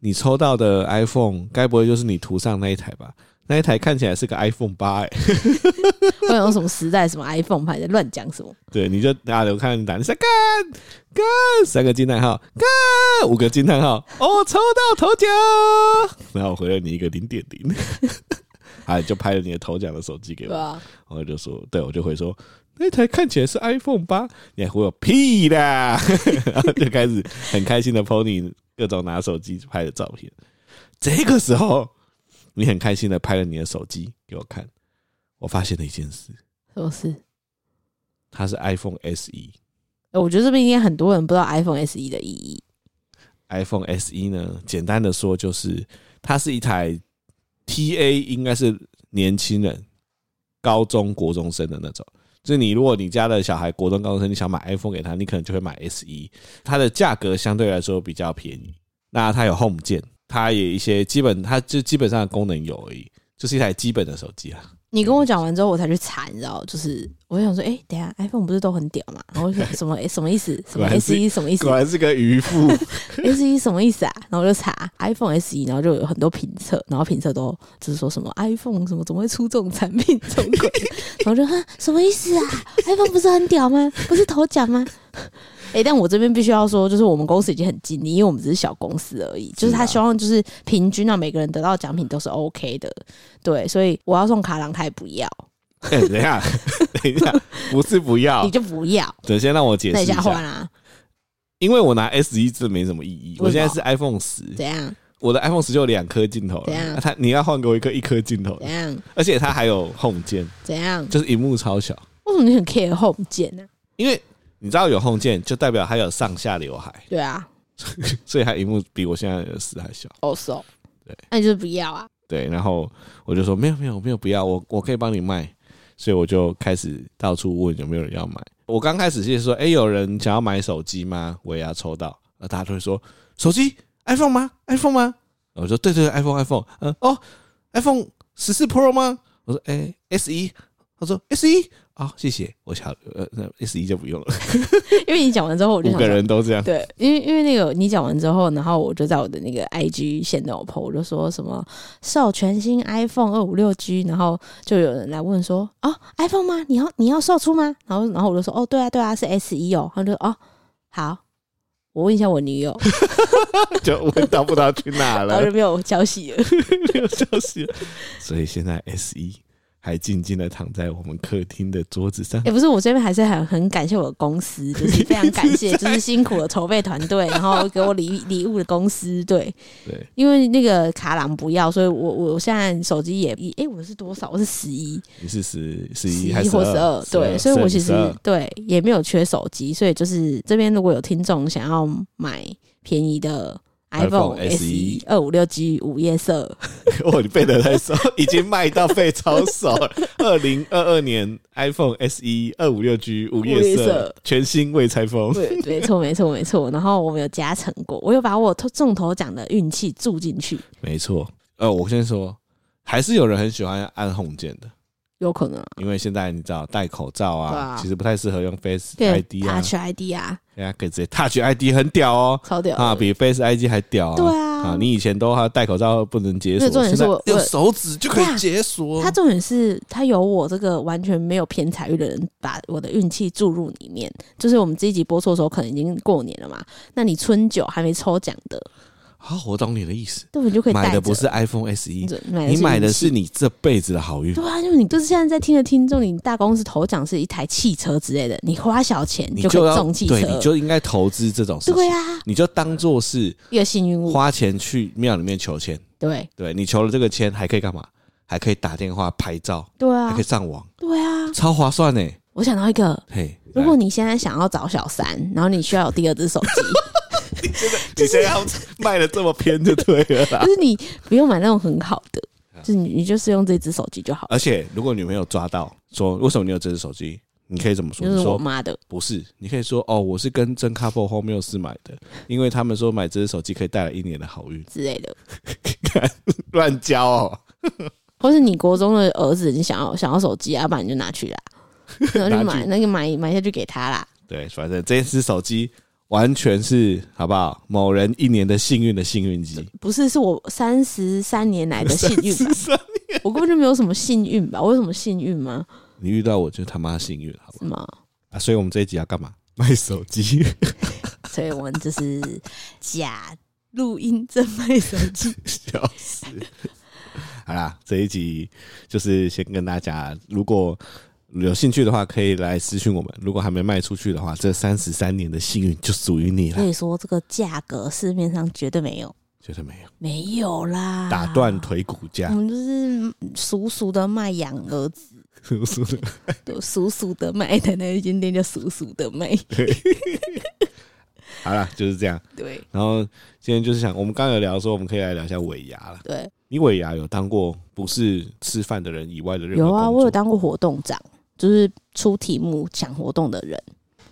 [SPEAKER 1] 你抽到的 iPhone 该不会就是你图上那一台吧？那一台看起来是个 iPhone 八、欸，
[SPEAKER 2] 我想说什么时代什么 iPhone 牌在乱讲什么。
[SPEAKER 1] 对，你就啊，我看你打，你说干干三个惊叹号，干五个惊叹号，哦，抽到头奖，然后我回了你一个零点零， 啊，你就拍了你的头奖的手机给我
[SPEAKER 2] 对，啊，
[SPEAKER 1] 然后就说，对我就回说，那台看起来是 iPhone 八，你还回我屁啦， 然后就开始很开心的 pony 各种拿手机拍的照片。这个时候，你很开心的拍了你的手机给我看，我发现了一件事，
[SPEAKER 2] 什么事？
[SPEAKER 1] 它是 iPhone E SE。
[SPEAKER 2] 呃我觉得这边应该很多人不知道 iPhone SE 的意义。
[SPEAKER 1] iPhone SE 呢，简单的说就是它是一台 TA 应该是年轻人、高中国中生的那种。就是你如果你家的小孩国中高中生，你想买 iPhone 给他，你可能就会买 SE，它的价格相对来说比较便宜。那它有 Home 键，它也一些基本，它就基本上的功能有而已，就是一台基本的手机啊。
[SPEAKER 2] 你跟我讲完之后，我才去查，你知道，就是我想说，哎、等一下 iPhone 不是都很屌嘛？然后我就想什么、诶什么意思？什么
[SPEAKER 1] 果然是
[SPEAKER 2] SE 什么意思
[SPEAKER 1] 果然是个渔夫，
[SPEAKER 2] ？SE 什么意思啊？然后我就查 iPhone SE，然后就有很多评测，然后评测都就是说什么 iPhone 什么怎么会出这种产品 这种鬼？然后我就哈什么意思啊？iPhone 不是很屌吗？不是头奖吗？ 哎、但我这边必须要说，就是我们公司已经很尽力，因为我们只是小公司而已。
[SPEAKER 1] 啊
[SPEAKER 2] 就是他希望就是平均让每个人得到奖品都是 OK 的，对。所以我要送卡郎，他也不要，
[SPEAKER 1] 哎、等一下， 等一下，不是不要
[SPEAKER 2] 你，就不要，
[SPEAKER 1] 等先让我哦解
[SPEAKER 2] 那
[SPEAKER 1] 释一
[SPEAKER 2] 你下换
[SPEAKER 1] 下，
[SPEAKER 2] 啊，
[SPEAKER 1] 因为我拿 S 一这没什么意义，我
[SPEAKER 2] 为什
[SPEAKER 1] 现在
[SPEAKER 2] 么
[SPEAKER 1] 是 iPhone 十，
[SPEAKER 2] 怎样
[SPEAKER 1] 我的 iPhone 十就有两颗镜头
[SPEAKER 2] 怎
[SPEAKER 1] 了，
[SPEAKER 2] 样
[SPEAKER 1] 啊它你要换给我一颗一颗镜头的
[SPEAKER 2] 怎，样
[SPEAKER 1] 而且它还有 home 键，
[SPEAKER 2] 怎样？
[SPEAKER 1] 就是荧幕超小，
[SPEAKER 2] 为什么你很 care 啊后键呢、
[SPEAKER 1] 因为你知道有 home 键就代表它有上下刘海，
[SPEAKER 2] 对啊，
[SPEAKER 1] 所以它荧幕比我现在的十还小。
[SPEAKER 2] 哦手，
[SPEAKER 1] 对，
[SPEAKER 2] 那你就是不要啊。
[SPEAKER 1] 对，然后我就说没有没有没有不要，我我可以帮你卖，所以我就开始到处问有没有人要买。我刚开始是说，哎、有人想要买手机吗？我也要抽到，那大家都会说手机 iPhone 吗？iPhone 吗？我说对对对，iPhone iPhone，嗯哦，iPhone 十四 Pro 吗？我说哎、S 一，他说 S 一啊，谢谢，我想呃那 S 一就不用了，
[SPEAKER 2] 因为你讲完之后，我就
[SPEAKER 1] 五
[SPEAKER 2] 想
[SPEAKER 1] 个
[SPEAKER 2] 说，
[SPEAKER 1] 人都这样，
[SPEAKER 2] 对，因为因为那个你讲完之后，然后我就在我的那个 IG 线动 po，我就说什么售全新 iPhone 二五六 G，然后就有人来问说哦 iPhone 吗？你要你要售出吗？然后然后我就说哦对啊对啊是 S 一哦，他就说哦好，我问一下我女友，
[SPEAKER 1] 就问到不知道去哪
[SPEAKER 2] 然
[SPEAKER 1] 了
[SPEAKER 2] 后，就没有消 息了。
[SPEAKER 1] 没有消息了。所以现在 S 一还静静的躺在我们客厅的桌子上
[SPEAKER 2] 也、。哎不是，我这边还是很很感谢我的公司，就是非常感谢，就是辛苦的筹备团队，然后给我礼礼物的公司，对，
[SPEAKER 1] 对，
[SPEAKER 2] 因为那个卡郎不要，所以我我现在手机也一，诶，我是多少？我是十一，
[SPEAKER 1] 你是十十
[SPEAKER 2] 十
[SPEAKER 1] 一还是
[SPEAKER 2] 或十二？对，所以我其实
[SPEAKER 1] 12
[SPEAKER 2] 对也没有缺手机，所以就是这边如果有听众想要买便宜的
[SPEAKER 1] iPhone
[SPEAKER 2] iPhone E
[SPEAKER 1] SE
[SPEAKER 2] SE 二五六 G 午夜色，
[SPEAKER 1] 哦，你背的太熟，已经卖到背超熟 了。二零二二年 iPhone S 一二五六 G 午夜
[SPEAKER 2] 午夜
[SPEAKER 1] 色
[SPEAKER 2] 色
[SPEAKER 1] 全新未拆封，
[SPEAKER 2] 对，没错，没错，没错。然后我们有加成过，我有把我中头奖的运气注进去，
[SPEAKER 1] 没错。呃，我先说，还是有人很喜欢按 home 键的，
[SPEAKER 2] 有可能啊。
[SPEAKER 1] 因为现在你知道戴口罩
[SPEAKER 2] 对
[SPEAKER 1] 啊，
[SPEAKER 2] 啊
[SPEAKER 1] 其实不太适合用 Face
[SPEAKER 2] 对
[SPEAKER 1] ID 啊，
[SPEAKER 2] ，Touch ID 啊，
[SPEAKER 1] 大家可以直接 Touch ID 很屌哦，
[SPEAKER 2] 超屌的欸
[SPEAKER 1] 啊，比 Face ID 还屌啊！
[SPEAKER 2] 对啊
[SPEAKER 1] 你以前都还戴口罩不能解锁，
[SPEAKER 2] 那重点是
[SPEAKER 1] 现在
[SPEAKER 2] 我
[SPEAKER 1] 用
[SPEAKER 2] 我
[SPEAKER 1] 手指就可以解锁。
[SPEAKER 2] 他重点是他有我这个完全没有偏财运的人把我的运气注入里面。就是我们这一集播出的时候，可能已经过年了嘛，那你春酒还没抽奖的，
[SPEAKER 1] 啊，我懂你的意思，
[SPEAKER 2] 对，你就可以带
[SPEAKER 1] 买的
[SPEAKER 2] 着
[SPEAKER 1] 不是 iPhone S 一，
[SPEAKER 2] 准买的
[SPEAKER 1] 你买的是
[SPEAKER 2] 运气
[SPEAKER 1] 你这辈子的好运。
[SPEAKER 2] 对啊，就是你就是现在在听的听众，你大公司头奖是一台汽车之类的，你花小钱
[SPEAKER 1] 你
[SPEAKER 2] 就可以
[SPEAKER 1] 要
[SPEAKER 2] 中汽车，
[SPEAKER 1] 对，你就应该投资这种事
[SPEAKER 2] 对
[SPEAKER 1] 情，
[SPEAKER 2] 啊，
[SPEAKER 1] 你就当做是
[SPEAKER 2] 一个幸运物，
[SPEAKER 1] 花钱去庙里面求签。
[SPEAKER 2] 对
[SPEAKER 1] 对你求了这个签，还可以干嘛？还可以打电话拍照，
[SPEAKER 2] 对
[SPEAKER 1] 还
[SPEAKER 2] 啊
[SPEAKER 1] 可以，上网，
[SPEAKER 2] 对啊。
[SPEAKER 1] 超划算呢。
[SPEAKER 2] 我想到一个，
[SPEAKER 1] 嘿，
[SPEAKER 2] 如果你现在想要找小三，然后你需要有第二只手机，
[SPEAKER 1] 哎你现在要卖的这么偏就对了啦
[SPEAKER 2] 就。是你不用买那种很好 的，
[SPEAKER 1] 啊
[SPEAKER 2] 就是你你就是用这只手机就好了。
[SPEAKER 1] 而且如果女朋友抓到说为什么你有这只手机，你可以怎么说？
[SPEAKER 2] 就是
[SPEAKER 1] 你
[SPEAKER 2] 我
[SPEAKER 1] 说
[SPEAKER 2] 妈的，
[SPEAKER 1] 不是，你可以说哦，我是跟真 couple 后面是买的，因为他们说买这只手机可以带来一年的好运。
[SPEAKER 2] 之类的，
[SPEAKER 1] 乱交哦，
[SPEAKER 2] 或是你国中的儿子，你想要想要手机啊，要不然你就拿去啦， 然后就
[SPEAKER 1] 拿
[SPEAKER 2] 买
[SPEAKER 1] 去
[SPEAKER 2] 那个买买下去给他啦。
[SPEAKER 1] 对，反正这只手机完全是好不好？某人一年的幸运的幸运 机，
[SPEAKER 2] 不是，是我三十三年来的幸运吧，
[SPEAKER 1] 是
[SPEAKER 2] 我根本就没有什么幸运吧？我有什么幸运吗？
[SPEAKER 1] 你遇到我就他妈幸运，好吧？
[SPEAKER 2] 是吗？
[SPEAKER 1] 啊，所以我们这一集要干嘛？卖手机，
[SPEAKER 2] 所以我们就是假录音真卖手 机。
[SPEAKER 1] 笑死！好啦，这一集就是先跟大家，如果有兴趣的话，可以来私讯我们。如果还没卖出去的话，这三十三年的幸运就属于你
[SPEAKER 2] 所
[SPEAKER 1] 了。
[SPEAKER 2] 以说这个价格市面上绝对没有，
[SPEAKER 1] 觉得没有，
[SPEAKER 2] 没有啦，
[SPEAKER 1] 打断腿骨架
[SPEAKER 2] 我，们就是俗俗的卖养儿子，
[SPEAKER 1] 是不是？
[SPEAKER 2] 对俗俗的卖，奶奶一间店叫俗俗的卖。
[SPEAKER 1] 好啦，就是这样。
[SPEAKER 2] 对
[SPEAKER 1] 然后今天就是想，我们刚刚有聊说，我们可以来聊一下尾牙了。
[SPEAKER 2] 对，
[SPEAKER 1] 你尾牙有当过不是吃饭的人以外的任何
[SPEAKER 2] 有啊，
[SPEAKER 1] 工
[SPEAKER 2] 我有
[SPEAKER 1] 作
[SPEAKER 2] 当过活动长，就是出题目想活动的人，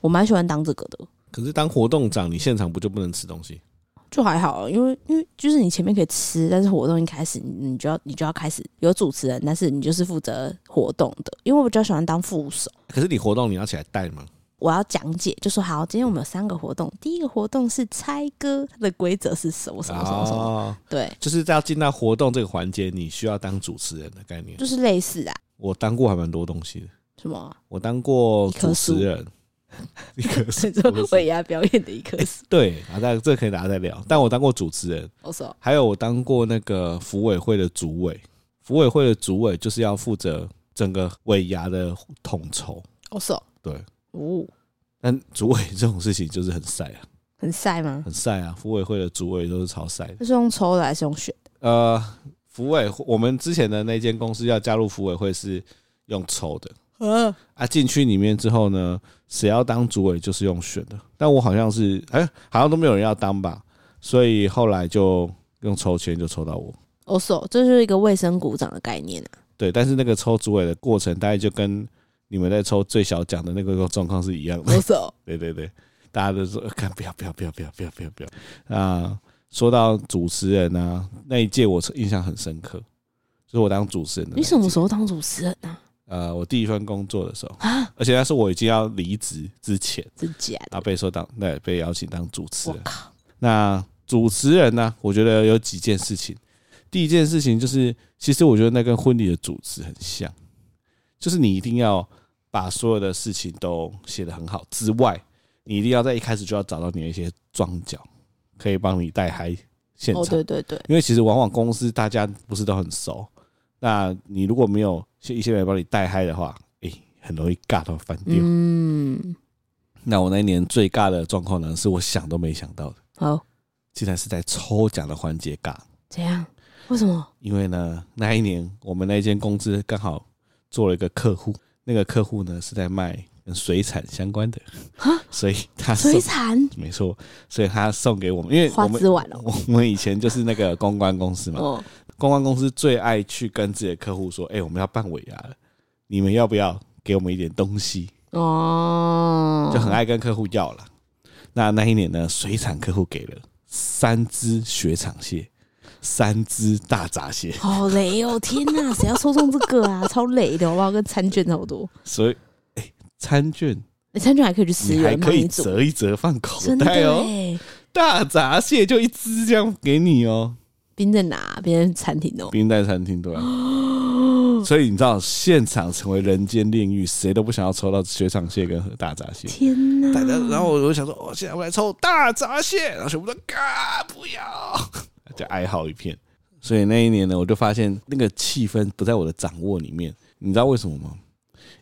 [SPEAKER 2] 我蛮喜欢当这个的，
[SPEAKER 1] 可是当活动长，你现场不就不能吃东西？
[SPEAKER 2] 就还好，啊因为因为就是你前面可以吃，但是活动一开始你你就要你就要开始有主持人，但是你就是负责活动的，因为我比较喜欢当副手。
[SPEAKER 1] 可是你活动你要起来带吗？
[SPEAKER 2] 我要讲解，就说好，今天我们有三个活动，第一个活动是猜歌，它的规则是什么什么什么什么，
[SPEAKER 1] 哦，
[SPEAKER 2] 对，
[SPEAKER 1] 就是要进到活动这个环节，你需要当主持人的概念。
[SPEAKER 2] 就是类似啊，
[SPEAKER 1] 我当过还蛮多东西的，
[SPEAKER 2] 什么
[SPEAKER 1] 我当过主持人，一个 是
[SPEAKER 2] 这
[SPEAKER 1] 不是
[SPEAKER 2] 尾牙表演的一颗屎，
[SPEAKER 1] 对啊，那这个可以大家再聊。但我当过主持人，
[SPEAKER 2] 我说
[SPEAKER 1] 还有我当过那个服委会的主委，服委会的主委就是要负责整个尾牙的统筹。
[SPEAKER 2] 我说
[SPEAKER 1] 对，
[SPEAKER 2] 哦，
[SPEAKER 1] 但主委这种事情就是很晒啊，
[SPEAKER 2] 很晒吗？
[SPEAKER 1] 很晒啊。服委会的主委都是超晒的。
[SPEAKER 2] 那是用抽的还是用选？
[SPEAKER 1] 呃，服委会我们之前的那间公司要加入服委会是用抽的
[SPEAKER 2] 嗯，
[SPEAKER 1] 啊，进去里面之后呢，谁要当主委就是用选的，但我好像是哎、好像都没有人要当吧，所以后来就用抽签就抽到我。
[SPEAKER 2] 我说这就是一个卫生股长的概念 啊。
[SPEAKER 1] 对，但是那个抽主委的过程，大概就跟你们在抽最小奖的那个状况是一样的
[SPEAKER 2] 我。说
[SPEAKER 1] 对对对，大家都说呃看不要不要不要不要不要不要不要啊、说到主持人啊，那一届我印象很深刻，就是我当主持人的那
[SPEAKER 2] 你
[SPEAKER 1] 一
[SPEAKER 2] 什么
[SPEAKER 1] 届
[SPEAKER 2] 时候当主持人啊？
[SPEAKER 1] 呃，我第一份工作的时候，
[SPEAKER 2] 啊，
[SPEAKER 1] 而且那是我已经要离职之前，
[SPEAKER 2] 真假的？
[SPEAKER 1] 然后被说当对被邀请当主持
[SPEAKER 2] 我
[SPEAKER 1] 人。
[SPEAKER 2] 靠，
[SPEAKER 1] 那主持人呢、我觉得有几件事情。第一件事情就是，其实我觉得那跟婚礼的主持很像，就是你一定要把所有的事情都写得很好之外，你一定要在一开始就要找到你的一些庄脚，可以帮你带嗨现场。
[SPEAKER 2] 哦，对对对，
[SPEAKER 1] 因为其实往往公司大家不是都很熟，那你如果没有一些人帮你带嗨的话，诶、很容易尬到翻掉。
[SPEAKER 2] 嗯，
[SPEAKER 1] 那我那一年最尬的状况呢，是我想都没想到的，
[SPEAKER 2] 好，
[SPEAKER 1] 竟然是在抽奖的环节尬。
[SPEAKER 2] 怎样？为什么？
[SPEAKER 1] 因为呢，那一年我们那间公司刚好做了一个客户，那个客户呢是在卖跟水产相关的， 所以他送
[SPEAKER 2] 水产
[SPEAKER 1] 没错，所以他送给我们，因为
[SPEAKER 2] 花
[SPEAKER 1] 我们嗯
[SPEAKER 2] 枝丸哦，
[SPEAKER 1] 我们以 前就是那个公关公司嘛，
[SPEAKER 2] 哦，
[SPEAKER 1] 公关公司最爱去跟自己的客户说：“哎、我们要办尾牙了，你们要不要给我们一点东西
[SPEAKER 2] 哦？”，
[SPEAKER 1] 就很爱跟客户要了。那那一年呢，水产客户给了三只雪场蟹，三只大闸蟹，
[SPEAKER 2] 好雷哦！天哪，谁要抽中这个啊？超雷的，好不好？跟餐券差不多。
[SPEAKER 1] 所以哎、餐券
[SPEAKER 2] 你餐券还可以去十
[SPEAKER 1] 你还
[SPEAKER 2] 元
[SPEAKER 1] 可
[SPEAKER 2] 帮
[SPEAKER 1] 以
[SPEAKER 2] 你煮，
[SPEAKER 1] 折一折放口
[SPEAKER 2] 真的
[SPEAKER 1] 袋哦。
[SPEAKER 2] 耶！
[SPEAKER 1] 大闸蟹就一只这样给你哦，
[SPEAKER 2] 冰在哪？别人餐厅哦。
[SPEAKER 1] 冰袋餐厅对吧、 所以你知道，现场成为人间炼狱，谁都不想要抽到雪场蟹跟大闸蟹。
[SPEAKER 2] 天哪！
[SPEAKER 1] 大家，然后我就想说，哦，现在我来抽大闸蟹，然后全部都嘎不要， 就哀嚎一片。所以那一年呢，我就发现那个气氛不在我的掌握里面，你知道为什么吗？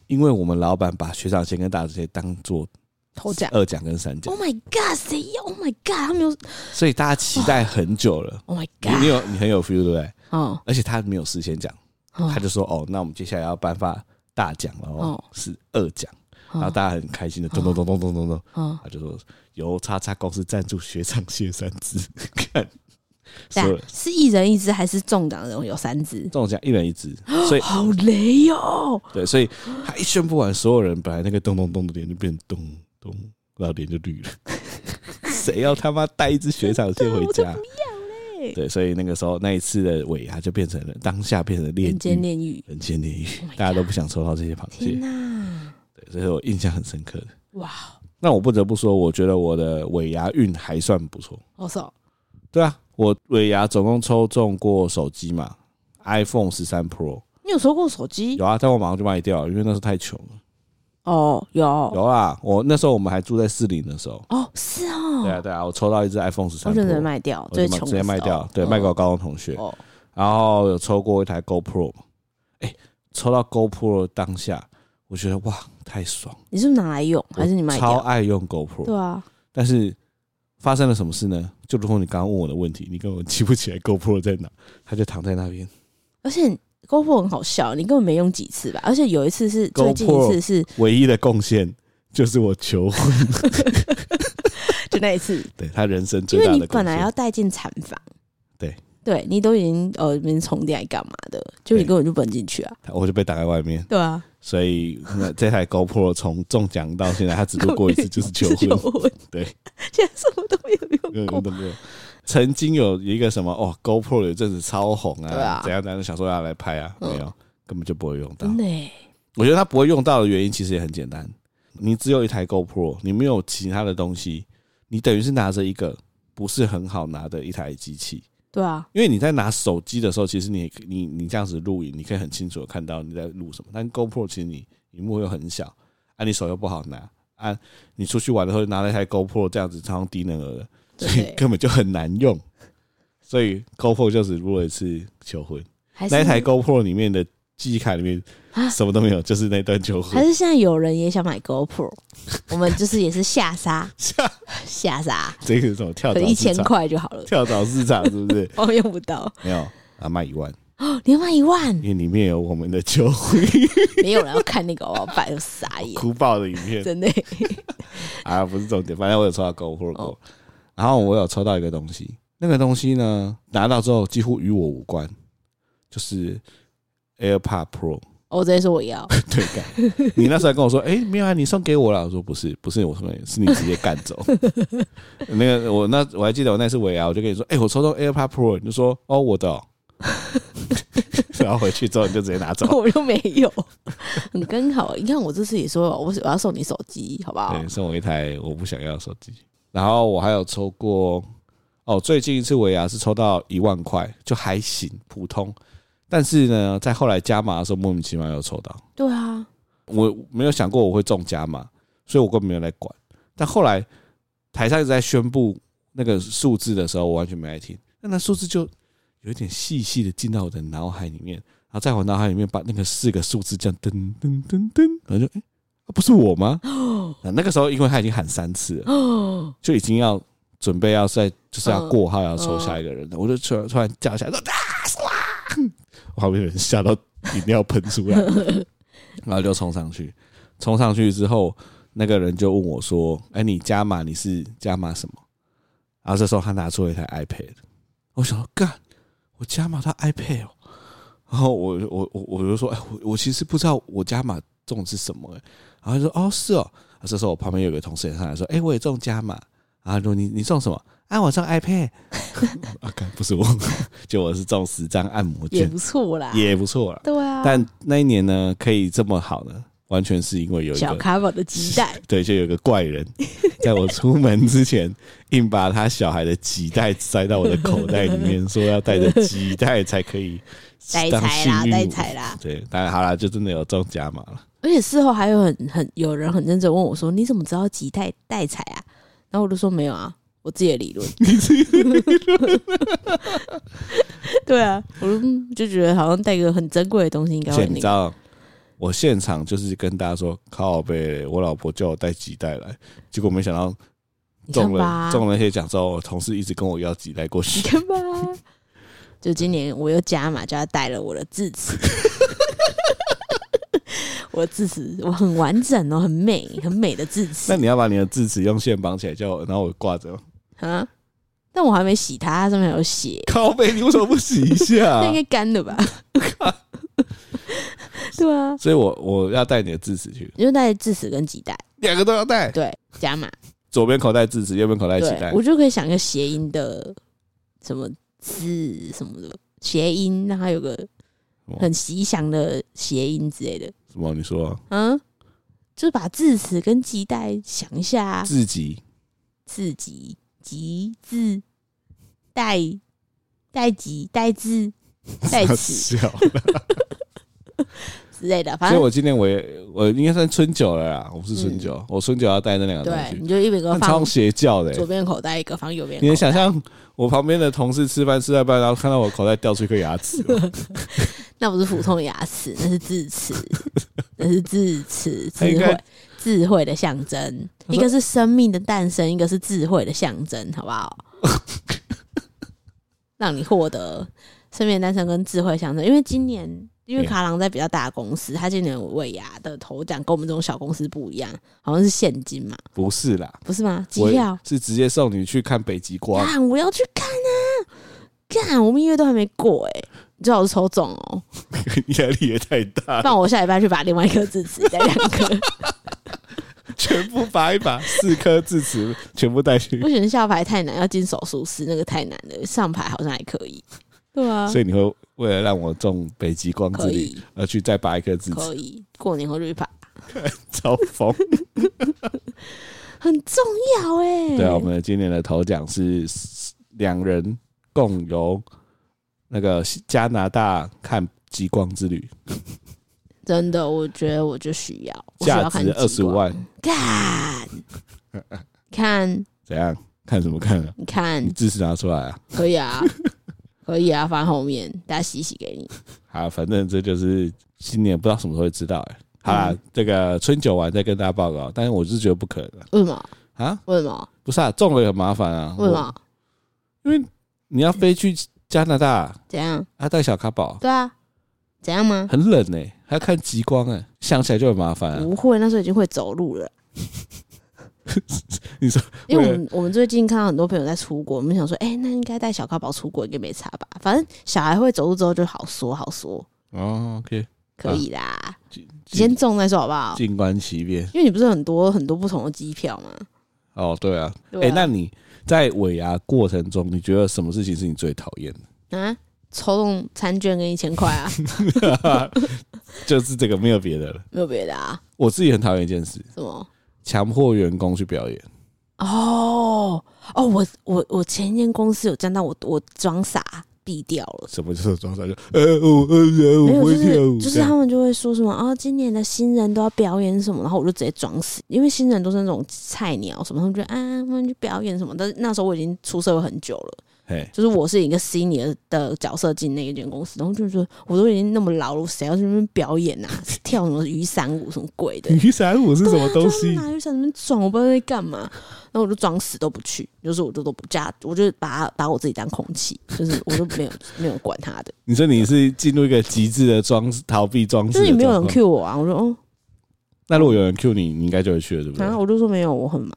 [SPEAKER 1] 因为我们老板把学长蟹跟大闸蟹当做
[SPEAKER 2] 头奖。哦
[SPEAKER 1] 二奖跟三奖
[SPEAKER 2] Oh，my god！谁要？Oh my god！他们有
[SPEAKER 1] 所以大家期待很久了。
[SPEAKER 2] Oh my
[SPEAKER 1] 你你
[SPEAKER 2] god！
[SPEAKER 1] 有你很有 feel 对不对？
[SPEAKER 2] 哦
[SPEAKER 1] 而且他没有事先讲，
[SPEAKER 2] 哦
[SPEAKER 1] 他就说哦，那我们接下来要颁发大奖了哦
[SPEAKER 2] 哦，
[SPEAKER 1] 是二奖，然后
[SPEAKER 2] 哦
[SPEAKER 1] 大家很开心的咚咚咚咚咚咚咚，
[SPEAKER 2] 哦！
[SPEAKER 1] 他就说由叉叉公司赞助雪场蟹三只， 看，
[SPEAKER 2] 这
[SPEAKER 1] 所有
[SPEAKER 2] 样啊是一人一只还是中奖的人有三只？
[SPEAKER 1] 中奖一人一 只，所以
[SPEAKER 2] 好雷哦！
[SPEAKER 1] 对，所以他一宣布完，所有人本来那个咚咚咚的脸就变咚咚，然后脸就绿了。 谁要他妈带一只雪场蟹回
[SPEAKER 2] 真的
[SPEAKER 1] 家
[SPEAKER 2] 我就？不要嘞！
[SPEAKER 1] 对，所以那个时候那一次的尾牙就变成了当下变成了炼
[SPEAKER 2] 人间
[SPEAKER 1] 狱，
[SPEAKER 2] 炼狱。
[SPEAKER 1] 人间炼狱
[SPEAKER 2] Oh my，God
[SPEAKER 1] 大家都不想抽到这些螃蟹
[SPEAKER 2] 天。哪！
[SPEAKER 1] 对，这是我印象很深刻的。
[SPEAKER 2] 哇！
[SPEAKER 1] 那我不得不说，我觉得我的尾牙运还算不错。
[SPEAKER 2] 我说
[SPEAKER 1] 对啊，我尾牙总共抽中过手机嘛，iPhone 十三 Pro
[SPEAKER 2] 你有收过手机？
[SPEAKER 1] 有啊，但我马上就卖掉了，因为那时候太穷了。
[SPEAKER 2] 哦，有
[SPEAKER 1] 有啊，我那时候我们还住在士林的时候，
[SPEAKER 2] 哦，是哦。
[SPEAKER 1] 对啊对啊，我抽到一只 iPhone 十
[SPEAKER 2] 我
[SPEAKER 1] 三
[SPEAKER 2] 就能
[SPEAKER 1] Pro，
[SPEAKER 2] 卖掉，
[SPEAKER 1] 我
[SPEAKER 2] 最
[SPEAKER 1] 就
[SPEAKER 2] 穷
[SPEAKER 1] 买
[SPEAKER 2] 的
[SPEAKER 1] 直接卖
[SPEAKER 2] 时候嗯
[SPEAKER 1] 掉，对，卖给我高中同学。
[SPEAKER 2] 哦，
[SPEAKER 1] 然后有抽过一台 GoPro 嘛，哎、抽到 GoPro 当下，我觉得哇，太爽，
[SPEAKER 2] 你是不是拿来用，还是你
[SPEAKER 1] 我
[SPEAKER 2] 卖
[SPEAKER 1] 超
[SPEAKER 2] 掉？
[SPEAKER 1] 爱用 GoPro，
[SPEAKER 2] 对啊，
[SPEAKER 1] 但是发生了什么事呢？就如同你刚刚问我的问题，你根本记不起来 GoPro 在哪，它就躺在那边。
[SPEAKER 2] 而且 GoPro 很好笑，你根本没用几次吧？而且有一次是
[SPEAKER 1] GoPro
[SPEAKER 2] 最近一次是
[SPEAKER 1] 唯一的贡献就是我求婚，
[SPEAKER 2] 就那一次，
[SPEAKER 1] 对他人生
[SPEAKER 2] 因
[SPEAKER 1] 最
[SPEAKER 2] 为
[SPEAKER 1] 大
[SPEAKER 2] 你
[SPEAKER 1] 的贡
[SPEAKER 2] 本来要
[SPEAKER 1] 献。
[SPEAKER 2] 带进产房，
[SPEAKER 1] 对
[SPEAKER 2] 对，你都已经呃，你充电还干嘛的？就你
[SPEAKER 1] 对
[SPEAKER 2] 根本就不能进去啊，
[SPEAKER 1] 我就被挡在外面，
[SPEAKER 2] 对啊，
[SPEAKER 1] 所以那这台 GoPro 从中奖到现在，它只做过一次， 就是求
[SPEAKER 2] 是
[SPEAKER 1] 婚，
[SPEAKER 2] 婚
[SPEAKER 1] 对，
[SPEAKER 2] 现在什么都没有
[SPEAKER 1] 没
[SPEAKER 2] 用
[SPEAKER 1] 有
[SPEAKER 2] 过，
[SPEAKER 1] 都没有。曾经有一个什么哦，GoPro 有一阵子超红啊，
[SPEAKER 2] 对啊
[SPEAKER 1] 怎样怎样，想说要来拍啊，
[SPEAKER 2] 嗯
[SPEAKER 1] 没有，根本就不会用到
[SPEAKER 2] 真。的欸耶，
[SPEAKER 1] 我觉得他不会用到的原因其实也很简单，你只有一台 GoPro，你没有其他的东西，你等于是拿着一个不是很好拿的一台机器。
[SPEAKER 2] 对啊，
[SPEAKER 1] 因为你在拿手机的时候，其实你你你这样子录影，你可以很清楚的看到你在录什么。但 GoPro 其实你荧幕又很小，啊，你手又不好拿，啊，你出去玩的时候拿了一台 GoPro 这样子超低能儿的，所
[SPEAKER 2] 对啊
[SPEAKER 1] 以根本就很难 用。所以 GoPro 就只录了一次求婚，
[SPEAKER 2] 还是
[SPEAKER 1] 那一台 GoPro 里面的记忆卡里面
[SPEAKER 2] 啊
[SPEAKER 1] 什么都没有，就是那段求
[SPEAKER 2] 还
[SPEAKER 1] 婚。
[SPEAKER 2] 是现在有人也想买 GoPro，我们就是也是下杀下杀，
[SPEAKER 1] 这个是什么跳
[SPEAKER 2] 可
[SPEAKER 1] 蚤
[SPEAKER 2] 能一
[SPEAKER 1] 市
[SPEAKER 2] 千
[SPEAKER 1] 场？
[SPEAKER 2] 块就好了，
[SPEAKER 1] 跳蚤市场是不是
[SPEAKER 2] 我用不到，哦
[SPEAKER 1] 没有啊？卖一万，
[SPEAKER 2] 你要卖一万
[SPEAKER 1] 因为里面有我们的求
[SPEAKER 2] 哎
[SPEAKER 1] 婚
[SPEAKER 2] 没有人要看那个，我白 我傻眼，
[SPEAKER 1] 哭爆的影片
[SPEAKER 2] 真的欸
[SPEAKER 1] 啊，不是重点，反正我有抽到 GoPro 过，
[SPEAKER 2] 哦
[SPEAKER 1] 然后我有抽到一个东西，那个东西呢拿到之后几乎与我无关，就是 AirPod Pro。
[SPEAKER 2] 哦我直接说我要，
[SPEAKER 1] 对干。你那时候还跟我说，哎、没有啊，你送给我了。我说不是，不是我送给你，是你直接干走。那个我那我还记得我那次尾牙，我就跟你说，哎、我抽到 AirPod Pro，你就说哦我的哦、然后回去之后你就直接拿走，
[SPEAKER 2] 我又没 有，很刚好。你看我这次也说我我要送你手机，好不好？
[SPEAKER 1] 对，送我一台我不想要的手机。然后我还有抽过，哦，最近一次尾牙是抽到一万块，就还行，普通。但是呢，在后来加码的时候，莫名其妙又抽到。
[SPEAKER 2] 对 啊，
[SPEAKER 1] 我没有想过我会中奖嘛，所以我根本没有来管。但后来台上一直在宣布那个数字的时候，我完全没来听。那那数字就有一点细细的进到我的脑海里面，然后在我脑海里面把那个四个数字这样噔噔噔噔，然后就哎、诶啊不是我吗？啊那个时候因为他已经喊三次了，
[SPEAKER 2] 哦，
[SPEAKER 1] 就已经要准备要再就是要过号要抽
[SPEAKER 2] 嗯
[SPEAKER 1] 下一个人了，我就突然突然叫起来说啊是我啊， 我旁边有人吓到饮料喷出来，然后就冲上去，冲上去之后，那个人就问我说：“哎、你加码你是加码什么？”然后这时候他拿出了一台 iPad，我想说干，我加码到 iPad 哦。然后我我我我就说，哎、我我其实不知道我加码中的是什么、哎，然后他说，哦，是哦。然后这时候我旁边有个同事也上来说，哎、我也中加码。然后他说你你中什么？啊，我中 iPad。啊， 干不是我，就我是中十张按摩
[SPEAKER 2] 也
[SPEAKER 1] 券，
[SPEAKER 2] 不错啦，
[SPEAKER 1] 也不错啦。
[SPEAKER 2] 对啊。
[SPEAKER 1] 但那一年呢，可以这么好呢，完全是因为有一
[SPEAKER 2] 小
[SPEAKER 1] 个
[SPEAKER 2] 卡宝的鸡 蛋，
[SPEAKER 1] 对，就有个怪人， 在我出门之前，硬把他小孩的脐带塞到我的口袋里 面，说要带着脐带才可以
[SPEAKER 2] 摘
[SPEAKER 1] 当
[SPEAKER 2] 财
[SPEAKER 1] 幸
[SPEAKER 2] 啦，
[SPEAKER 1] 运
[SPEAKER 2] 摘
[SPEAKER 1] 物
[SPEAKER 2] 财啦。
[SPEAKER 1] 对，当然好啦，就真的有中奖嘛了。
[SPEAKER 2] 而且事后还有很很有人很认真问我说：“你怎么知道吉带带财啊？”然后我就说：“没有啊，我自己的理 论。”你自己理论？对啊， 我就嗯就觉得好像带个很珍贵的东西应该
[SPEAKER 1] 而
[SPEAKER 2] 会
[SPEAKER 1] 且
[SPEAKER 2] 那
[SPEAKER 1] 你知
[SPEAKER 2] 个。
[SPEAKER 1] 道，我现场就是跟大家说，靠呗，我老婆叫我带脐带来，结果没想到
[SPEAKER 2] 你看
[SPEAKER 1] 中了
[SPEAKER 2] 吧，
[SPEAKER 1] 中了那些奖之后，我同事一直跟我要脐带过去
[SPEAKER 2] 你。看吧。就今年我又加码，就要带了我的智齿。 我的智齿我很完整哦，很美，很美的智齿
[SPEAKER 1] 那你要把你的智齿用线绑起来，叫我，然后我挂着。
[SPEAKER 2] 啊！但我还没洗它，它上面还有血，
[SPEAKER 1] 靠呗，你为什么不洗一下
[SPEAKER 2] 那应？该干的吧？对啊，
[SPEAKER 1] 所以我我要带你的智齿去，
[SPEAKER 2] 你就带智齿跟脐带，
[SPEAKER 1] 两个都要带，
[SPEAKER 2] 对，加码，
[SPEAKER 1] 左边口袋智齿，右边口袋脐
[SPEAKER 2] 对
[SPEAKER 1] 带
[SPEAKER 2] 我。就可以想一个谐音的什么字什么的谐音，让它有个很吉祥的谐音之类的。
[SPEAKER 1] 什么？你说啊
[SPEAKER 2] 嗯，就是把智齿跟脐带想一下啊，
[SPEAKER 1] 自己
[SPEAKER 2] 自己吉字带带吉带字带 齿
[SPEAKER 1] 笑。
[SPEAKER 2] 之类 的，反
[SPEAKER 1] 啊所以
[SPEAKER 2] 正
[SPEAKER 1] 我今年我也我应该算春酒了啦，我不是春酒，我春酒要带那两个东
[SPEAKER 2] 嗯对，
[SPEAKER 1] 西
[SPEAKER 2] 你，就一边
[SPEAKER 1] 那
[SPEAKER 2] 个放
[SPEAKER 1] 超邪教的欸、
[SPEAKER 2] 左边口袋，一个放右边口
[SPEAKER 1] 你
[SPEAKER 2] 袋。
[SPEAKER 1] 能想象我旁边的同事吃饭吃到一半，然后看到我口袋掉出一颗牙齿 吗，
[SPEAKER 2] 那不是普通牙齿，那是智齿，那是智齿，
[SPEAKER 1] 他 应
[SPEAKER 2] 智
[SPEAKER 1] 该
[SPEAKER 2] 慧，智慧的象征。
[SPEAKER 1] 他说
[SPEAKER 2] 一个是生命的诞生，一个是智慧的象征，好不好？ 让你获得生命的诞生跟智慧的象征。因为今年，因为
[SPEAKER 1] 嗯
[SPEAKER 2] 卡郎在比较大的公司，他今年尾牙的头奖跟我们这种小公司不一样，好像是现金嘛，
[SPEAKER 1] 不是啦，
[SPEAKER 2] 不是吗？机
[SPEAKER 1] 我
[SPEAKER 2] 票。
[SPEAKER 1] 是直接送你去看北极光。
[SPEAKER 2] 干，我要去看啊！干，我们一月都还没过哎、你最好是抽中哦、
[SPEAKER 1] 压力也太大
[SPEAKER 2] 不
[SPEAKER 1] 了，
[SPEAKER 2] 然我下礼拜去把另外一颗智齿再两 颗，
[SPEAKER 1] 全部拔一拔，四颗智齿全部带去
[SPEAKER 2] 不。行，下排太难，要进手术室，那个太难了。上排好像还可以， 对啊，
[SPEAKER 1] 所以你会为了让我中北极光之
[SPEAKER 2] 可
[SPEAKER 1] 力
[SPEAKER 2] 以，
[SPEAKER 1] 而去再拔一颗智齿，
[SPEAKER 2] 可以。过年后就去拔，
[SPEAKER 1] 超 疯。
[SPEAKER 2] 很重要哎、
[SPEAKER 1] 对啊，我们今年的头奖是两人共游那个加拿大看极光之旅，
[SPEAKER 2] 真的，我觉得我就需要，我需
[SPEAKER 1] 价
[SPEAKER 2] 要看
[SPEAKER 1] 值二
[SPEAKER 2] 极
[SPEAKER 1] 十
[SPEAKER 2] 光
[SPEAKER 1] 万，
[SPEAKER 2] 看，看，
[SPEAKER 1] 怎样？看什么看啊？
[SPEAKER 2] 你看
[SPEAKER 1] 你，支持拿出来啊！
[SPEAKER 2] 可以啊，可以啊，放后面，大家洗洗给你。
[SPEAKER 1] 好，反正这就是今年不知道什么时候会知道哎、好啦，
[SPEAKER 2] 嗯
[SPEAKER 1] 这个春酒完再跟大家报告，但是我是觉得不可能啊
[SPEAKER 2] 为什么？
[SPEAKER 1] 啊！
[SPEAKER 2] 为什么？
[SPEAKER 1] 不是啊，中了也很麻烦啊。
[SPEAKER 2] 为什
[SPEAKER 1] 我？
[SPEAKER 2] 么？
[SPEAKER 1] 因为你要飞去加拿大，
[SPEAKER 2] 怎样？
[SPEAKER 1] 还要带小卡宝，
[SPEAKER 2] 对啊，怎样吗？
[SPEAKER 1] 很冷哎、还要看极光哎、想起来就很麻烦啊。
[SPEAKER 2] 不会，那时候已经会走路了。
[SPEAKER 1] 你说，
[SPEAKER 2] 因为我
[SPEAKER 1] 为了
[SPEAKER 2] 们我们最近看到很多朋友在出国，我们想说，哎、那应该带小咖宝出国应该没差吧？反正小孩会走路之后就好说好说，
[SPEAKER 1] 哦，OK，
[SPEAKER 2] 可以啦，
[SPEAKER 1] 静
[SPEAKER 2] 先中再说好不好？
[SPEAKER 1] 静观其变。
[SPEAKER 2] 因为你不是很多很多不同的机票吗？
[SPEAKER 1] 哦，对啊，哎、
[SPEAKER 2] 对啊
[SPEAKER 1] 那你在尾牙过程中，你觉得什么事情是你最讨厌的？
[SPEAKER 2] 啊，抽中餐券跟一千 块啊，
[SPEAKER 1] 就是这个，没有别的了。
[SPEAKER 2] 没有别的啊？
[SPEAKER 1] 我自己很讨厌一件事，
[SPEAKER 2] 什么？
[SPEAKER 1] 强迫员工去表演。
[SPEAKER 2] 哦哦，我我我前一间公司有见到我我装傻毙掉了。
[SPEAKER 1] 什么就是装傻就呃我呃
[SPEAKER 2] 没
[SPEAKER 1] 我
[SPEAKER 2] 有，
[SPEAKER 1] 会
[SPEAKER 2] 就
[SPEAKER 1] 跳舞，
[SPEAKER 2] 是就是他们就会说什么啊、今年的新人都要表演什么，然后我就直接装死，因为新人都是那种菜鸟什么，他们觉得啊，我们去表演什么。但是那时候我已经出社会很久了，
[SPEAKER 1] 哎，
[SPEAKER 2] 就是我是一个 senior 的角色进那一间公司，然后就说我都已经那么老了，谁要去那边表演啊？ 跳什么雨伞舞什么 鬼的？
[SPEAKER 1] 雨伞舞是什么东
[SPEAKER 2] 啊就是
[SPEAKER 1] 西？
[SPEAKER 2] 拿雨伞在那边转，我不知道在干嘛。然后我就装死都不去，就是我就都不加，我就把它把我自己当空气，就是我就没有没有管 他的，
[SPEAKER 1] 你说你是进入一个极致的装逃避装饰
[SPEAKER 2] 就
[SPEAKER 1] 的
[SPEAKER 2] 是也
[SPEAKER 1] 状况，
[SPEAKER 2] 没有人 cue 我啊。我说哦，
[SPEAKER 1] 那如果有人 Q 你，你应该就会去了，对不对
[SPEAKER 2] 然后？我就说没有，我很忙。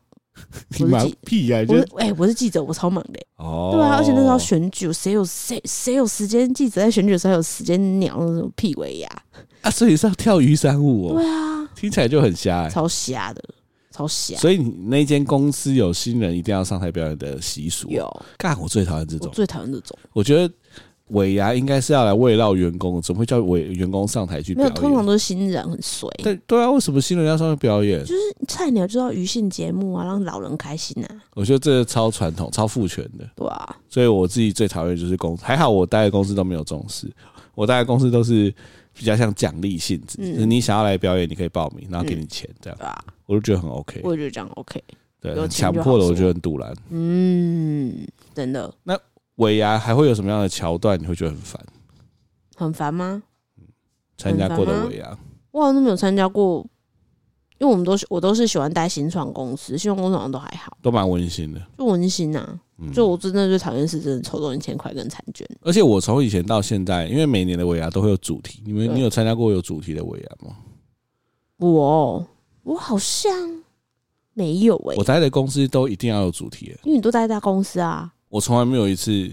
[SPEAKER 1] 你
[SPEAKER 2] 我
[SPEAKER 1] 忙
[SPEAKER 2] 自己
[SPEAKER 1] 屁啊呀！你就
[SPEAKER 2] 我是哎、我是记者，我超忙的欸、
[SPEAKER 1] 哦，
[SPEAKER 2] 对啊，而且那时候要选举，谁有谁谁有时间？记者在选举的时候有时间鸟那种屁尾呀？
[SPEAKER 1] 啊，所以是要跳雨伞舞哦，
[SPEAKER 2] 对啊，
[SPEAKER 1] 听起来就很瞎哎。
[SPEAKER 2] 超瞎的，超瞎。
[SPEAKER 1] 所以你那间公司有新人一定要上台表演的习俗，哦
[SPEAKER 2] 有，
[SPEAKER 1] 干我最讨厌这
[SPEAKER 2] 我
[SPEAKER 1] 种，
[SPEAKER 2] 最讨厌这种，
[SPEAKER 1] 啊我觉得。尾牙应该是要来慰劳员工，怎么会叫委员工上台去
[SPEAKER 2] 没
[SPEAKER 1] 表
[SPEAKER 2] 有，
[SPEAKER 1] 演？
[SPEAKER 2] 通常都是新人很衰，
[SPEAKER 1] 对对啊，为什么新人要上去表演？
[SPEAKER 2] 就是菜鸟就要娱性节目啊，让老人开心啊，
[SPEAKER 1] 我觉得这个超传统、超父权的，
[SPEAKER 2] 对啊，
[SPEAKER 1] 所以我自己最讨厌就是公，还好我待的公司都没有重视，我待的公司都是比较像奖励性质，
[SPEAKER 2] 嗯
[SPEAKER 1] 就是你想要来表演，你可以报名，然后给你钱这样，
[SPEAKER 2] 对啊，
[SPEAKER 1] 我就觉得很 OK。
[SPEAKER 2] 我也觉得这样 OK。
[SPEAKER 1] 对，
[SPEAKER 2] 有
[SPEAKER 1] 很
[SPEAKER 2] 钱
[SPEAKER 1] 强
[SPEAKER 2] 就好
[SPEAKER 1] 迫的我
[SPEAKER 2] 说
[SPEAKER 1] 觉得很堵然。
[SPEAKER 2] 嗯，真的
[SPEAKER 1] 尾牙还会有什么样的桥段你会觉得很烦？
[SPEAKER 2] 很烦吗？
[SPEAKER 1] 参加过
[SPEAKER 2] 很烦
[SPEAKER 1] 的
[SPEAKER 2] 吗
[SPEAKER 1] 尾牙，
[SPEAKER 2] 我好像都没有参加过，因为我们都是我都是喜欢待新创公司，新创公司好像都还好，
[SPEAKER 1] 都蛮温馨的。
[SPEAKER 2] 就温馨啊。
[SPEAKER 1] 嗯，
[SPEAKER 2] 就我真的最讨厌是真的抽中一千块跟餐券，
[SPEAKER 1] 而且我从以前到现在，因为每年的尾牙都会有主题，你们
[SPEAKER 2] 对
[SPEAKER 1] 你有参加过有主题的尾牙吗？
[SPEAKER 2] 我哦我好像没有哎、
[SPEAKER 1] 我待的公司都一定要有主题的，
[SPEAKER 2] 因为你都待大公司啊，
[SPEAKER 1] 我从来没有一次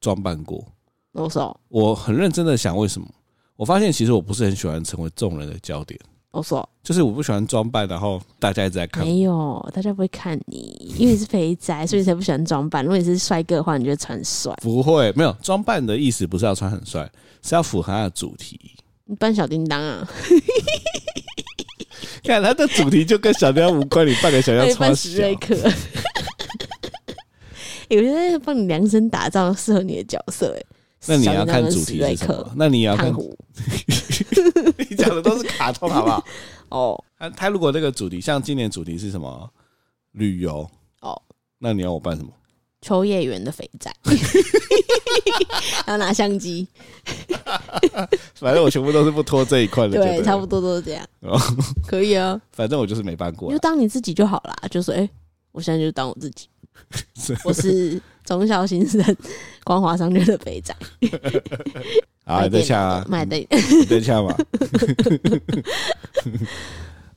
[SPEAKER 1] 装扮过。
[SPEAKER 2] 那时候
[SPEAKER 1] 我很认真的想为什么，我发现其实我不是很喜欢成为众人的焦点，
[SPEAKER 2] 我说
[SPEAKER 1] 就是我不喜欢装扮，然后大家一直在看。嗯
[SPEAKER 2] 没有，大家不会看你，因为你是肥宅，所以你才不喜欢装扮。如果你是帅哥的话，你就会穿帅。
[SPEAKER 1] 不会，没有装扮的意思，不是要穿很帅，是要符合它的主题。
[SPEAKER 2] 你扮小叮当啊，
[SPEAKER 1] 看它的主题就跟小雕无关，你扮个小雕
[SPEAKER 2] 对，
[SPEAKER 1] 穿
[SPEAKER 2] 扮
[SPEAKER 1] 小
[SPEAKER 2] 史，瑞克。欸、我觉得帮你量身打造适合你的角色、欸，哎，
[SPEAKER 1] 那你
[SPEAKER 2] 小
[SPEAKER 1] 也要
[SPEAKER 2] 叮当
[SPEAKER 1] 看
[SPEAKER 2] 跟
[SPEAKER 1] 主
[SPEAKER 2] 史
[SPEAKER 1] 题是
[SPEAKER 2] 瑞
[SPEAKER 1] 什
[SPEAKER 2] 克
[SPEAKER 1] 么？、那你也要
[SPEAKER 2] 胖
[SPEAKER 1] 看，
[SPEAKER 2] 虎
[SPEAKER 1] 你讲的都是卡通，好不好？
[SPEAKER 2] 哦
[SPEAKER 1] 他他如果那个主题，像今年主题是什么旅游，
[SPEAKER 2] 哦，
[SPEAKER 1] 那你要我扮什么？
[SPEAKER 2] 秋叶原的肥宅， 然后拿相机，
[SPEAKER 1] 反正我全部都是不拖这一块的，
[SPEAKER 2] 对，差不
[SPEAKER 1] 多。
[SPEAKER 2] 多都是这样
[SPEAKER 1] 哦，
[SPEAKER 2] 可以啊，
[SPEAKER 1] 反正我就是没扮过啊
[SPEAKER 2] 你就。当你自己就好啦，就说，哎、我现在就当我自己，我是忠孝新生光华商圈的肥宅，
[SPEAKER 1] 好，你再下啊，
[SPEAKER 2] 卖的，
[SPEAKER 1] 你等一下嘛。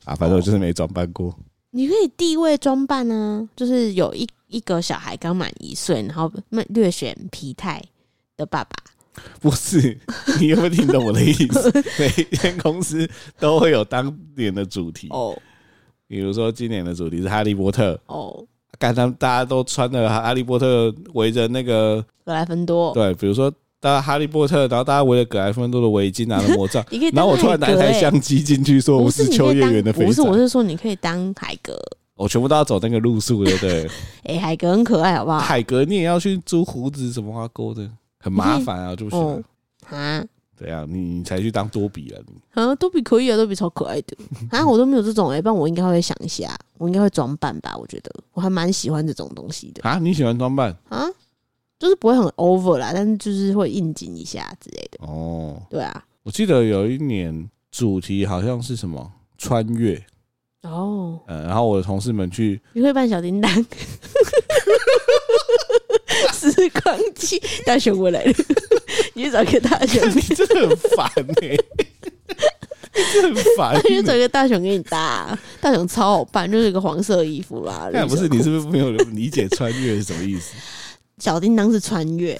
[SPEAKER 1] 啊，反正我就是没装扮过。
[SPEAKER 2] 你可以地位装扮啊，就是有一一个小孩刚满一岁，然后略显疲态的爸爸，
[SPEAKER 1] 不是，你有没有听懂我的意 思？每一间公司都会有当年的主题，
[SPEAKER 2] 哦
[SPEAKER 1] 比如说今年的主题是哈利波特，
[SPEAKER 2] 哦，
[SPEAKER 1] 看他们大家都穿了哈利波特，围着那个
[SPEAKER 2] 格莱芬多，，
[SPEAKER 1] 对，比如说大家哈利波特，然后大家围着葛莱芬多的围巾，拿着魔杖
[SPEAKER 2] 你可以
[SPEAKER 1] 然
[SPEAKER 2] 当
[SPEAKER 1] 后我突然拿
[SPEAKER 2] 海
[SPEAKER 1] 一
[SPEAKER 2] 格、
[SPEAKER 1] 台
[SPEAKER 2] 欸。
[SPEAKER 1] 相机进去，说我
[SPEAKER 2] 不是，你
[SPEAKER 1] 秋
[SPEAKER 2] 可
[SPEAKER 1] 叶
[SPEAKER 2] 以当
[SPEAKER 1] 原的肥
[SPEAKER 2] 不是，
[SPEAKER 1] 仔，
[SPEAKER 2] 我是说你可以当海格，
[SPEAKER 1] 我全部都要走那个路数的， 对。
[SPEAKER 2] 哎、海格很可爱，好不好？
[SPEAKER 1] 海格你也要去租胡子什么花钩的，很麻烦啊，我就不喜欢
[SPEAKER 2] 哦哦。啊，
[SPEAKER 1] 对啊，你你才去当多比了，你
[SPEAKER 2] 啊，多比可以啊，多比超可爱的啊，
[SPEAKER 1] 嗯
[SPEAKER 2] 我都没有这种哎、不然我应该会想一下，我应该会装扮吧，我觉得我还蛮喜欢这种东西的
[SPEAKER 1] 啊，你喜欢装扮
[SPEAKER 2] 啊，就是不会很 over 啦，但是就是会应景一下之类的，
[SPEAKER 1] 哦。
[SPEAKER 2] 对啊，
[SPEAKER 1] 我记得有一年主题好像是什么穿越，
[SPEAKER 2] 哦，
[SPEAKER 1] 呃，然后我的同事们去，
[SPEAKER 2] 你会扮小叮当， 时光机大熊我来了， 你去找一个大熊，
[SPEAKER 1] 你真的很烦哎、 你真的很烦、
[SPEAKER 2] 那你就找
[SPEAKER 1] 欸。
[SPEAKER 2] 一个大熊给你搭啊、大熊超好扮，就是一个黄色衣服啦，
[SPEAKER 1] 那哎
[SPEAKER 2] 绿
[SPEAKER 1] 不是
[SPEAKER 2] 色裤
[SPEAKER 1] 你是不是没有理解穿越是什么意思？
[SPEAKER 2] 小叮当是穿越，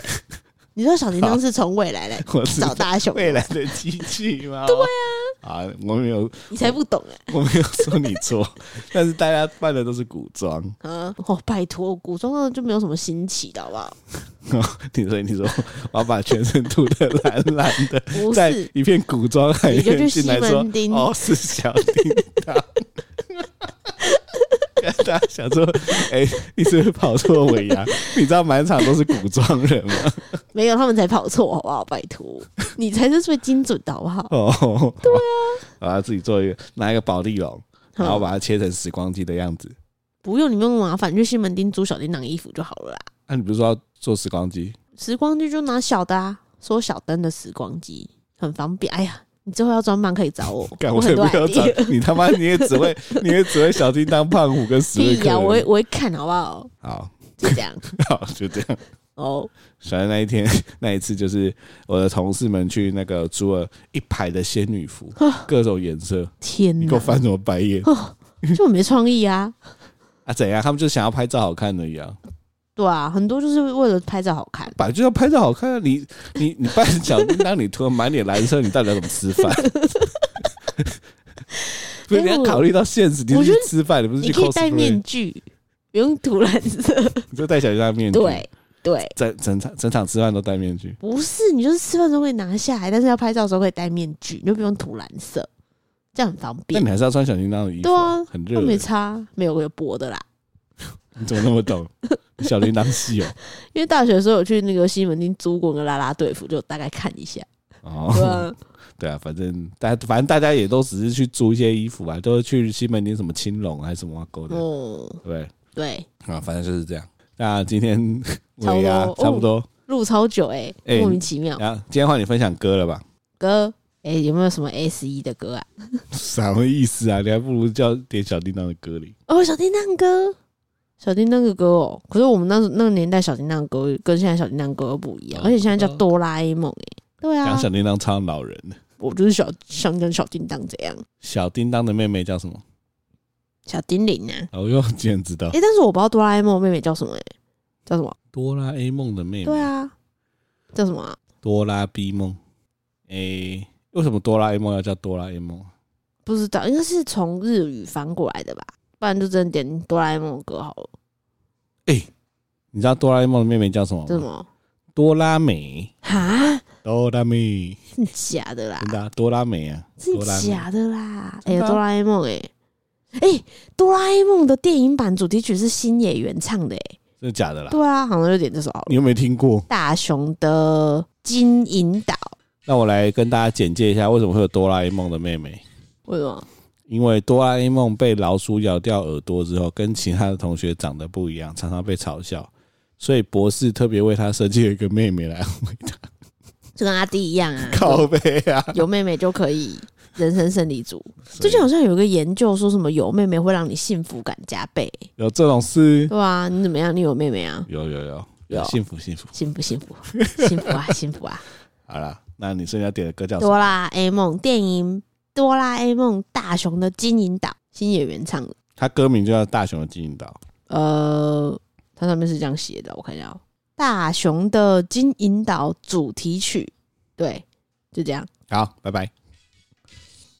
[SPEAKER 2] 你知道小叮当是从未 来来
[SPEAKER 1] 我知道
[SPEAKER 2] 找大雄吗，
[SPEAKER 1] 未来的机器吗？ 对啊，啊，我没有，
[SPEAKER 2] 你才不懂哎、
[SPEAKER 1] 我没有说你错，但是大家扮的都是古装，
[SPEAKER 2] 啊！哦，拜托，古装的就没有什么新奇的，好不好？
[SPEAKER 1] 你说你说我要把全身涂的蓝蓝的，
[SPEAKER 2] 不
[SPEAKER 1] 在
[SPEAKER 2] 是，
[SPEAKER 1] 一片古装海
[SPEAKER 2] 你就
[SPEAKER 1] 面进
[SPEAKER 2] 去西
[SPEAKER 1] 来说
[SPEAKER 2] 门町，
[SPEAKER 1] 哦，是小叮当。 大家想说，哎、你是不是跑错尾牙？你知道满场都是古装人吗？
[SPEAKER 2] 没有他们才跑错，好不好？拜托，你才是最精准的，好 不好？
[SPEAKER 1] 哦，对啊，啊，自己做一个，拿一个宝丽龙，然后
[SPEAKER 2] 嗯
[SPEAKER 1] 把它切成时光机的样子。
[SPEAKER 2] 不用你不用那么麻烦，你去西门町租小叮当衣服就好了啦。
[SPEAKER 1] 那、啊你不是说要做时光机？
[SPEAKER 2] 时光机就拿小的啊，缩小灯的时光机很方便。哎呀，你之后要装扮可以找我，
[SPEAKER 1] 干
[SPEAKER 2] 我
[SPEAKER 1] 我也
[SPEAKER 2] 很
[SPEAKER 1] 不
[SPEAKER 2] 多
[SPEAKER 1] 要 找
[SPEAKER 2] idea。
[SPEAKER 1] 你他妈，你也只会，你也只会小叮当、胖虎跟史瑞
[SPEAKER 2] 屁
[SPEAKER 1] 克
[SPEAKER 2] 呀、
[SPEAKER 1] 而已。
[SPEAKER 2] 我会我会看，好不好？
[SPEAKER 1] 好
[SPEAKER 2] 就这样
[SPEAKER 1] 好就这样。
[SPEAKER 2] 哦。
[SPEAKER 1] 反正那一天那一次，就是我的同事们去那个租了一排的仙女服，
[SPEAKER 2] 啊
[SPEAKER 1] 各种颜色。
[SPEAKER 2] 天
[SPEAKER 1] 你给
[SPEAKER 2] 哪
[SPEAKER 1] 我，翻什么白 眼
[SPEAKER 2] 就很没创意啊。
[SPEAKER 1] 啊？怎样？他们就想要拍照好看而已啊，
[SPEAKER 2] 对啊，很多就是为了拍照好看。
[SPEAKER 1] 本来就要拍照好看啊！你你你扮小叮当，你涂了满脸蓝色，你到底要怎么吃饭？ 不是
[SPEAKER 2] 哎
[SPEAKER 1] 你要
[SPEAKER 2] 我
[SPEAKER 1] 考虑到现实，你
[SPEAKER 2] 我
[SPEAKER 1] 是
[SPEAKER 2] 觉
[SPEAKER 1] 去
[SPEAKER 2] 得
[SPEAKER 1] 吃饭，你不是
[SPEAKER 2] 你
[SPEAKER 1] 去
[SPEAKER 2] 可以戴
[SPEAKER 1] cosplay？
[SPEAKER 2] 面具，不用涂蓝色。
[SPEAKER 1] 你就戴小叮当面具，
[SPEAKER 2] 对对，
[SPEAKER 1] 整整场整场吃饭都戴面具。
[SPEAKER 2] 不是，你就是吃饭的时候可以拿下来，但是要拍照的时候可以戴面具，你就不用涂蓝色，这样很方
[SPEAKER 1] 那
[SPEAKER 2] 便
[SPEAKER 1] 你。还是要穿小叮当的衣服、
[SPEAKER 2] 对啊
[SPEAKER 1] 很热
[SPEAKER 2] 又没
[SPEAKER 1] 欸、
[SPEAKER 2] 差，没有有薄的啦。
[SPEAKER 1] 你怎么那么 懂？你小叮当系哦、
[SPEAKER 2] 因为大学的时候有去那个西门町租过个啦啦队服，就大概看一下。对
[SPEAKER 1] 哦，
[SPEAKER 2] 啊，
[SPEAKER 1] 对啊，反正大家反正大家也都只是去租一些衣服啊，都是去西门町什么青龙还是什么挂钩的，
[SPEAKER 2] 哦，
[SPEAKER 1] 对不对
[SPEAKER 2] 对，
[SPEAKER 1] 啊，反正就是这样。那今天
[SPEAKER 2] 差不多哦
[SPEAKER 1] 尾牙差不多，
[SPEAKER 2] 录超久哎、
[SPEAKER 1] 哎
[SPEAKER 2] 莫名其妙。
[SPEAKER 1] 然后今天换你分享歌了吧？
[SPEAKER 2] 歌哎、有没有什么 S 一的歌啊？
[SPEAKER 1] 什么意思啊？你还不如叫点小叮当的歌里。
[SPEAKER 2] 哦，小叮当歌，小叮当的歌哦。可是我们那时那个年代小叮当的歌跟现在小叮当的歌又不一样，
[SPEAKER 1] 哦
[SPEAKER 2] 而且现在叫哆啦 A 梦哎。对
[SPEAKER 1] 讲
[SPEAKER 2] 啊，
[SPEAKER 1] 小叮当唱老人，
[SPEAKER 2] 我就是小想跟小叮当怎样，
[SPEAKER 1] 小叮当的妹妹叫什么？
[SPEAKER 2] 小叮铃啊。
[SPEAKER 1] 哦哟，竟然知道
[SPEAKER 2] 哎、但是我不知道哆啦 A 梦妹妹叫什么哎、叫什么？
[SPEAKER 1] 哆啦 A 梦的妹妹。
[SPEAKER 2] 对啊，叫什么啊、
[SPEAKER 1] 哆啦 B 梦。诶、为什么哆啦 A 梦要叫哆啦 A 梦？啊
[SPEAKER 2] 不知道，应该是从日语翻过来的吧？不然就真的点哆啦 A 梦的歌好
[SPEAKER 1] 哦
[SPEAKER 2] 了。
[SPEAKER 1] 你知道哆啦 A 梦的妹妹叫什么
[SPEAKER 2] 叫什
[SPEAKER 1] 吗？
[SPEAKER 2] 么？
[SPEAKER 1] 哆啦美，
[SPEAKER 2] 哈？
[SPEAKER 1] 哆啦美，
[SPEAKER 2] 真的假的啦
[SPEAKER 1] 真？的啊哆啦美啊，
[SPEAKER 2] 真
[SPEAKER 1] 哆
[SPEAKER 2] 的
[SPEAKER 1] 啦美
[SPEAKER 2] 假的啦？
[SPEAKER 1] 真
[SPEAKER 2] 哎
[SPEAKER 1] 的
[SPEAKER 2] 呀，
[SPEAKER 1] 啊
[SPEAKER 2] 哆啦 A 梦哎、哎、哆啦 A 梦的电影版主题曲是星野原唱的哎、
[SPEAKER 1] 真的假的啦？
[SPEAKER 2] 对啊，好像就点这首好了。
[SPEAKER 1] 你有没有听过？
[SPEAKER 2] 大雄的金银岛，
[SPEAKER 1] 那我来跟大家简介一下，为什么会有哆啦 A 梦的妹妹？
[SPEAKER 2] 为什么？
[SPEAKER 1] 因为哆啦 A 梦被老鼠咬掉耳朵之后，跟其他的同学长得不一样，常常被嘲笑，所以博士特别为他设计了一个妹妹来安慰他。
[SPEAKER 2] 就跟阿弟一样啊，
[SPEAKER 1] 靠背啊，
[SPEAKER 2] 有妹妹就可以 人生胜利组。最近好像有一个研究说什么有妹妹会让你幸福感加倍，
[SPEAKER 1] 有这种事？
[SPEAKER 2] 对啊，你怎么样？你有妹妹啊？
[SPEAKER 1] 有有有有，
[SPEAKER 2] 有
[SPEAKER 1] 幸福幸福。
[SPEAKER 2] 幸福幸 福幸福啊幸福啊！
[SPEAKER 1] 好啦，那你剩下点的歌叫什么？
[SPEAKER 2] 哆啦 A 梦电影《哆啦 A 梦大雄的金银岛》，新演员唱的。
[SPEAKER 1] 他歌名就叫《大雄的金银岛》。
[SPEAKER 2] 呃，它上面是这样写的，我看一下、哦，大雄的金银岛》主题曲，对，就这样。
[SPEAKER 1] 好，拜拜。